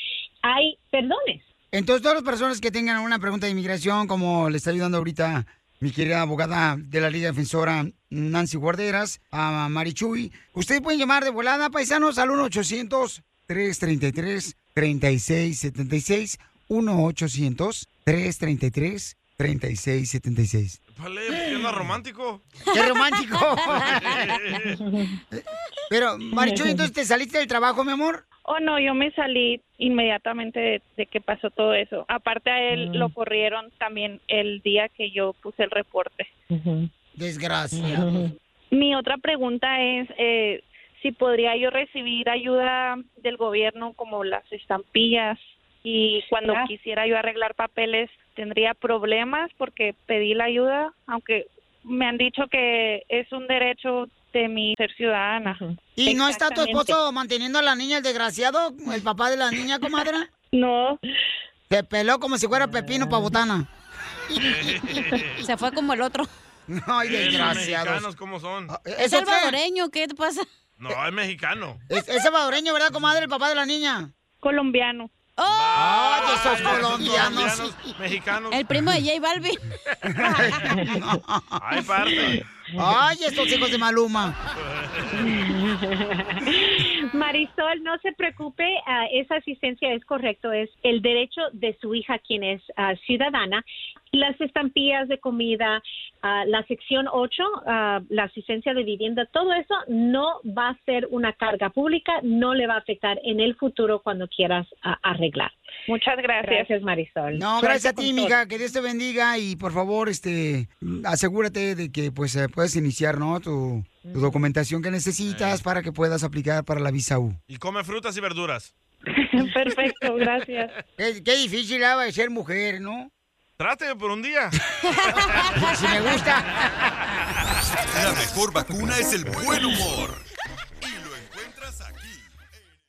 [SPEAKER 1] hay perdones.
[SPEAKER 3] Entonces, todas las personas que tengan una pregunta de inmigración, como le está ayudando ahorita mi querida abogada de la Liga Defensora Nancy Guarderas, a Marichuy, ustedes pueden llamar de volada, paisanos, al 1-800-333-3676. 1-800-333-3676.
[SPEAKER 4] Vale, ¿por qué anda romántico?
[SPEAKER 3] ¡Qué romántico! Pero, Marichuy, entonces te saliste del trabajo, mi amor.
[SPEAKER 19] Oh, no, yo me salí inmediatamente de, de que pasó todo eso. Aparte a él
[SPEAKER 3] Mm.
[SPEAKER 19] lo corrieron también el día que yo puse el reporte.
[SPEAKER 3] Desgracia.
[SPEAKER 19] Mi otra pregunta es eh, si podría yo recibir ayuda del gobierno como las estampillas y cuando
[SPEAKER 1] Ah.
[SPEAKER 19] quisiera yo arreglar papeles tendría problemas porque pedí la ayuda, aunque me han dicho que es un derecho de mi ser ciudadana.
[SPEAKER 3] ¿Y no está tu
[SPEAKER 19] Exactamente.
[SPEAKER 3] esposo manteniendo a la niña, el desgraciado, el papá de la niña, comadre?
[SPEAKER 19] No.
[SPEAKER 3] Te peló como si fuera pepino pa' botana.
[SPEAKER 2] Se fue como el otro.
[SPEAKER 3] Ay,
[SPEAKER 4] Eh, los
[SPEAKER 3] desgraciados.
[SPEAKER 4] mexicanos, ¿cómo son?
[SPEAKER 2] ¿Es salvadoreño? ¿Qué te pasa?
[SPEAKER 4] No, es mexicano.
[SPEAKER 3] Es, es salvadoreño, ¿verdad, comadre, el papá de la niña?
[SPEAKER 19] Colombiano.
[SPEAKER 2] Oh.
[SPEAKER 3] ¡Ay,
[SPEAKER 4] Ay,
[SPEAKER 3] esos
[SPEAKER 4] esos
[SPEAKER 3] colombianos!
[SPEAKER 4] colombianos, mexicanos.
[SPEAKER 2] El primo de J Balvin.
[SPEAKER 4] Ay, parte.
[SPEAKER 3] ¡Ay, estos hijos de Maluma!
[SPEAKER 1] Marisol, no se preocupe, ah, esa asistencia es correcto, es el derecho de su hija, quien es ah, ciudadana. Las estampillas de comida, ah, la sección 8, ah, la asistencia de vivienda, todo eso no va a ser una carga pública, no le va a afectar en el futuro cuando quieras ah, arreglar.
[SPEAKER 19] Muchas gracias.
[SPEAKER 1] Gracias, Marisol.
[SPEAKER 3] No, gracias a
[SPEAKER 1] con
[SPEAKER 3] ti,
[SPEAKER 1] todo.
[SPEAKER 3] mija, que Dios te bendiga y por favor, este, asegúrate de que pues eh, puedas iniciar, ¿no? Tu, tu documentación que necesitas para que puedas aplicar para la visa U.
[SPEAKER 4] Y come frutas y verduras.
[SPEAKER 19] Perfecto, gracias.
[SPEAKER 3] Qué, qué difícil ha de ser mujer, ¿no?
[SPEAKER 4] Tráteme por un día.
[SPEAKER 3] si me gusta.
[SPEAKER 5] La mejor vacuna es el buen humor.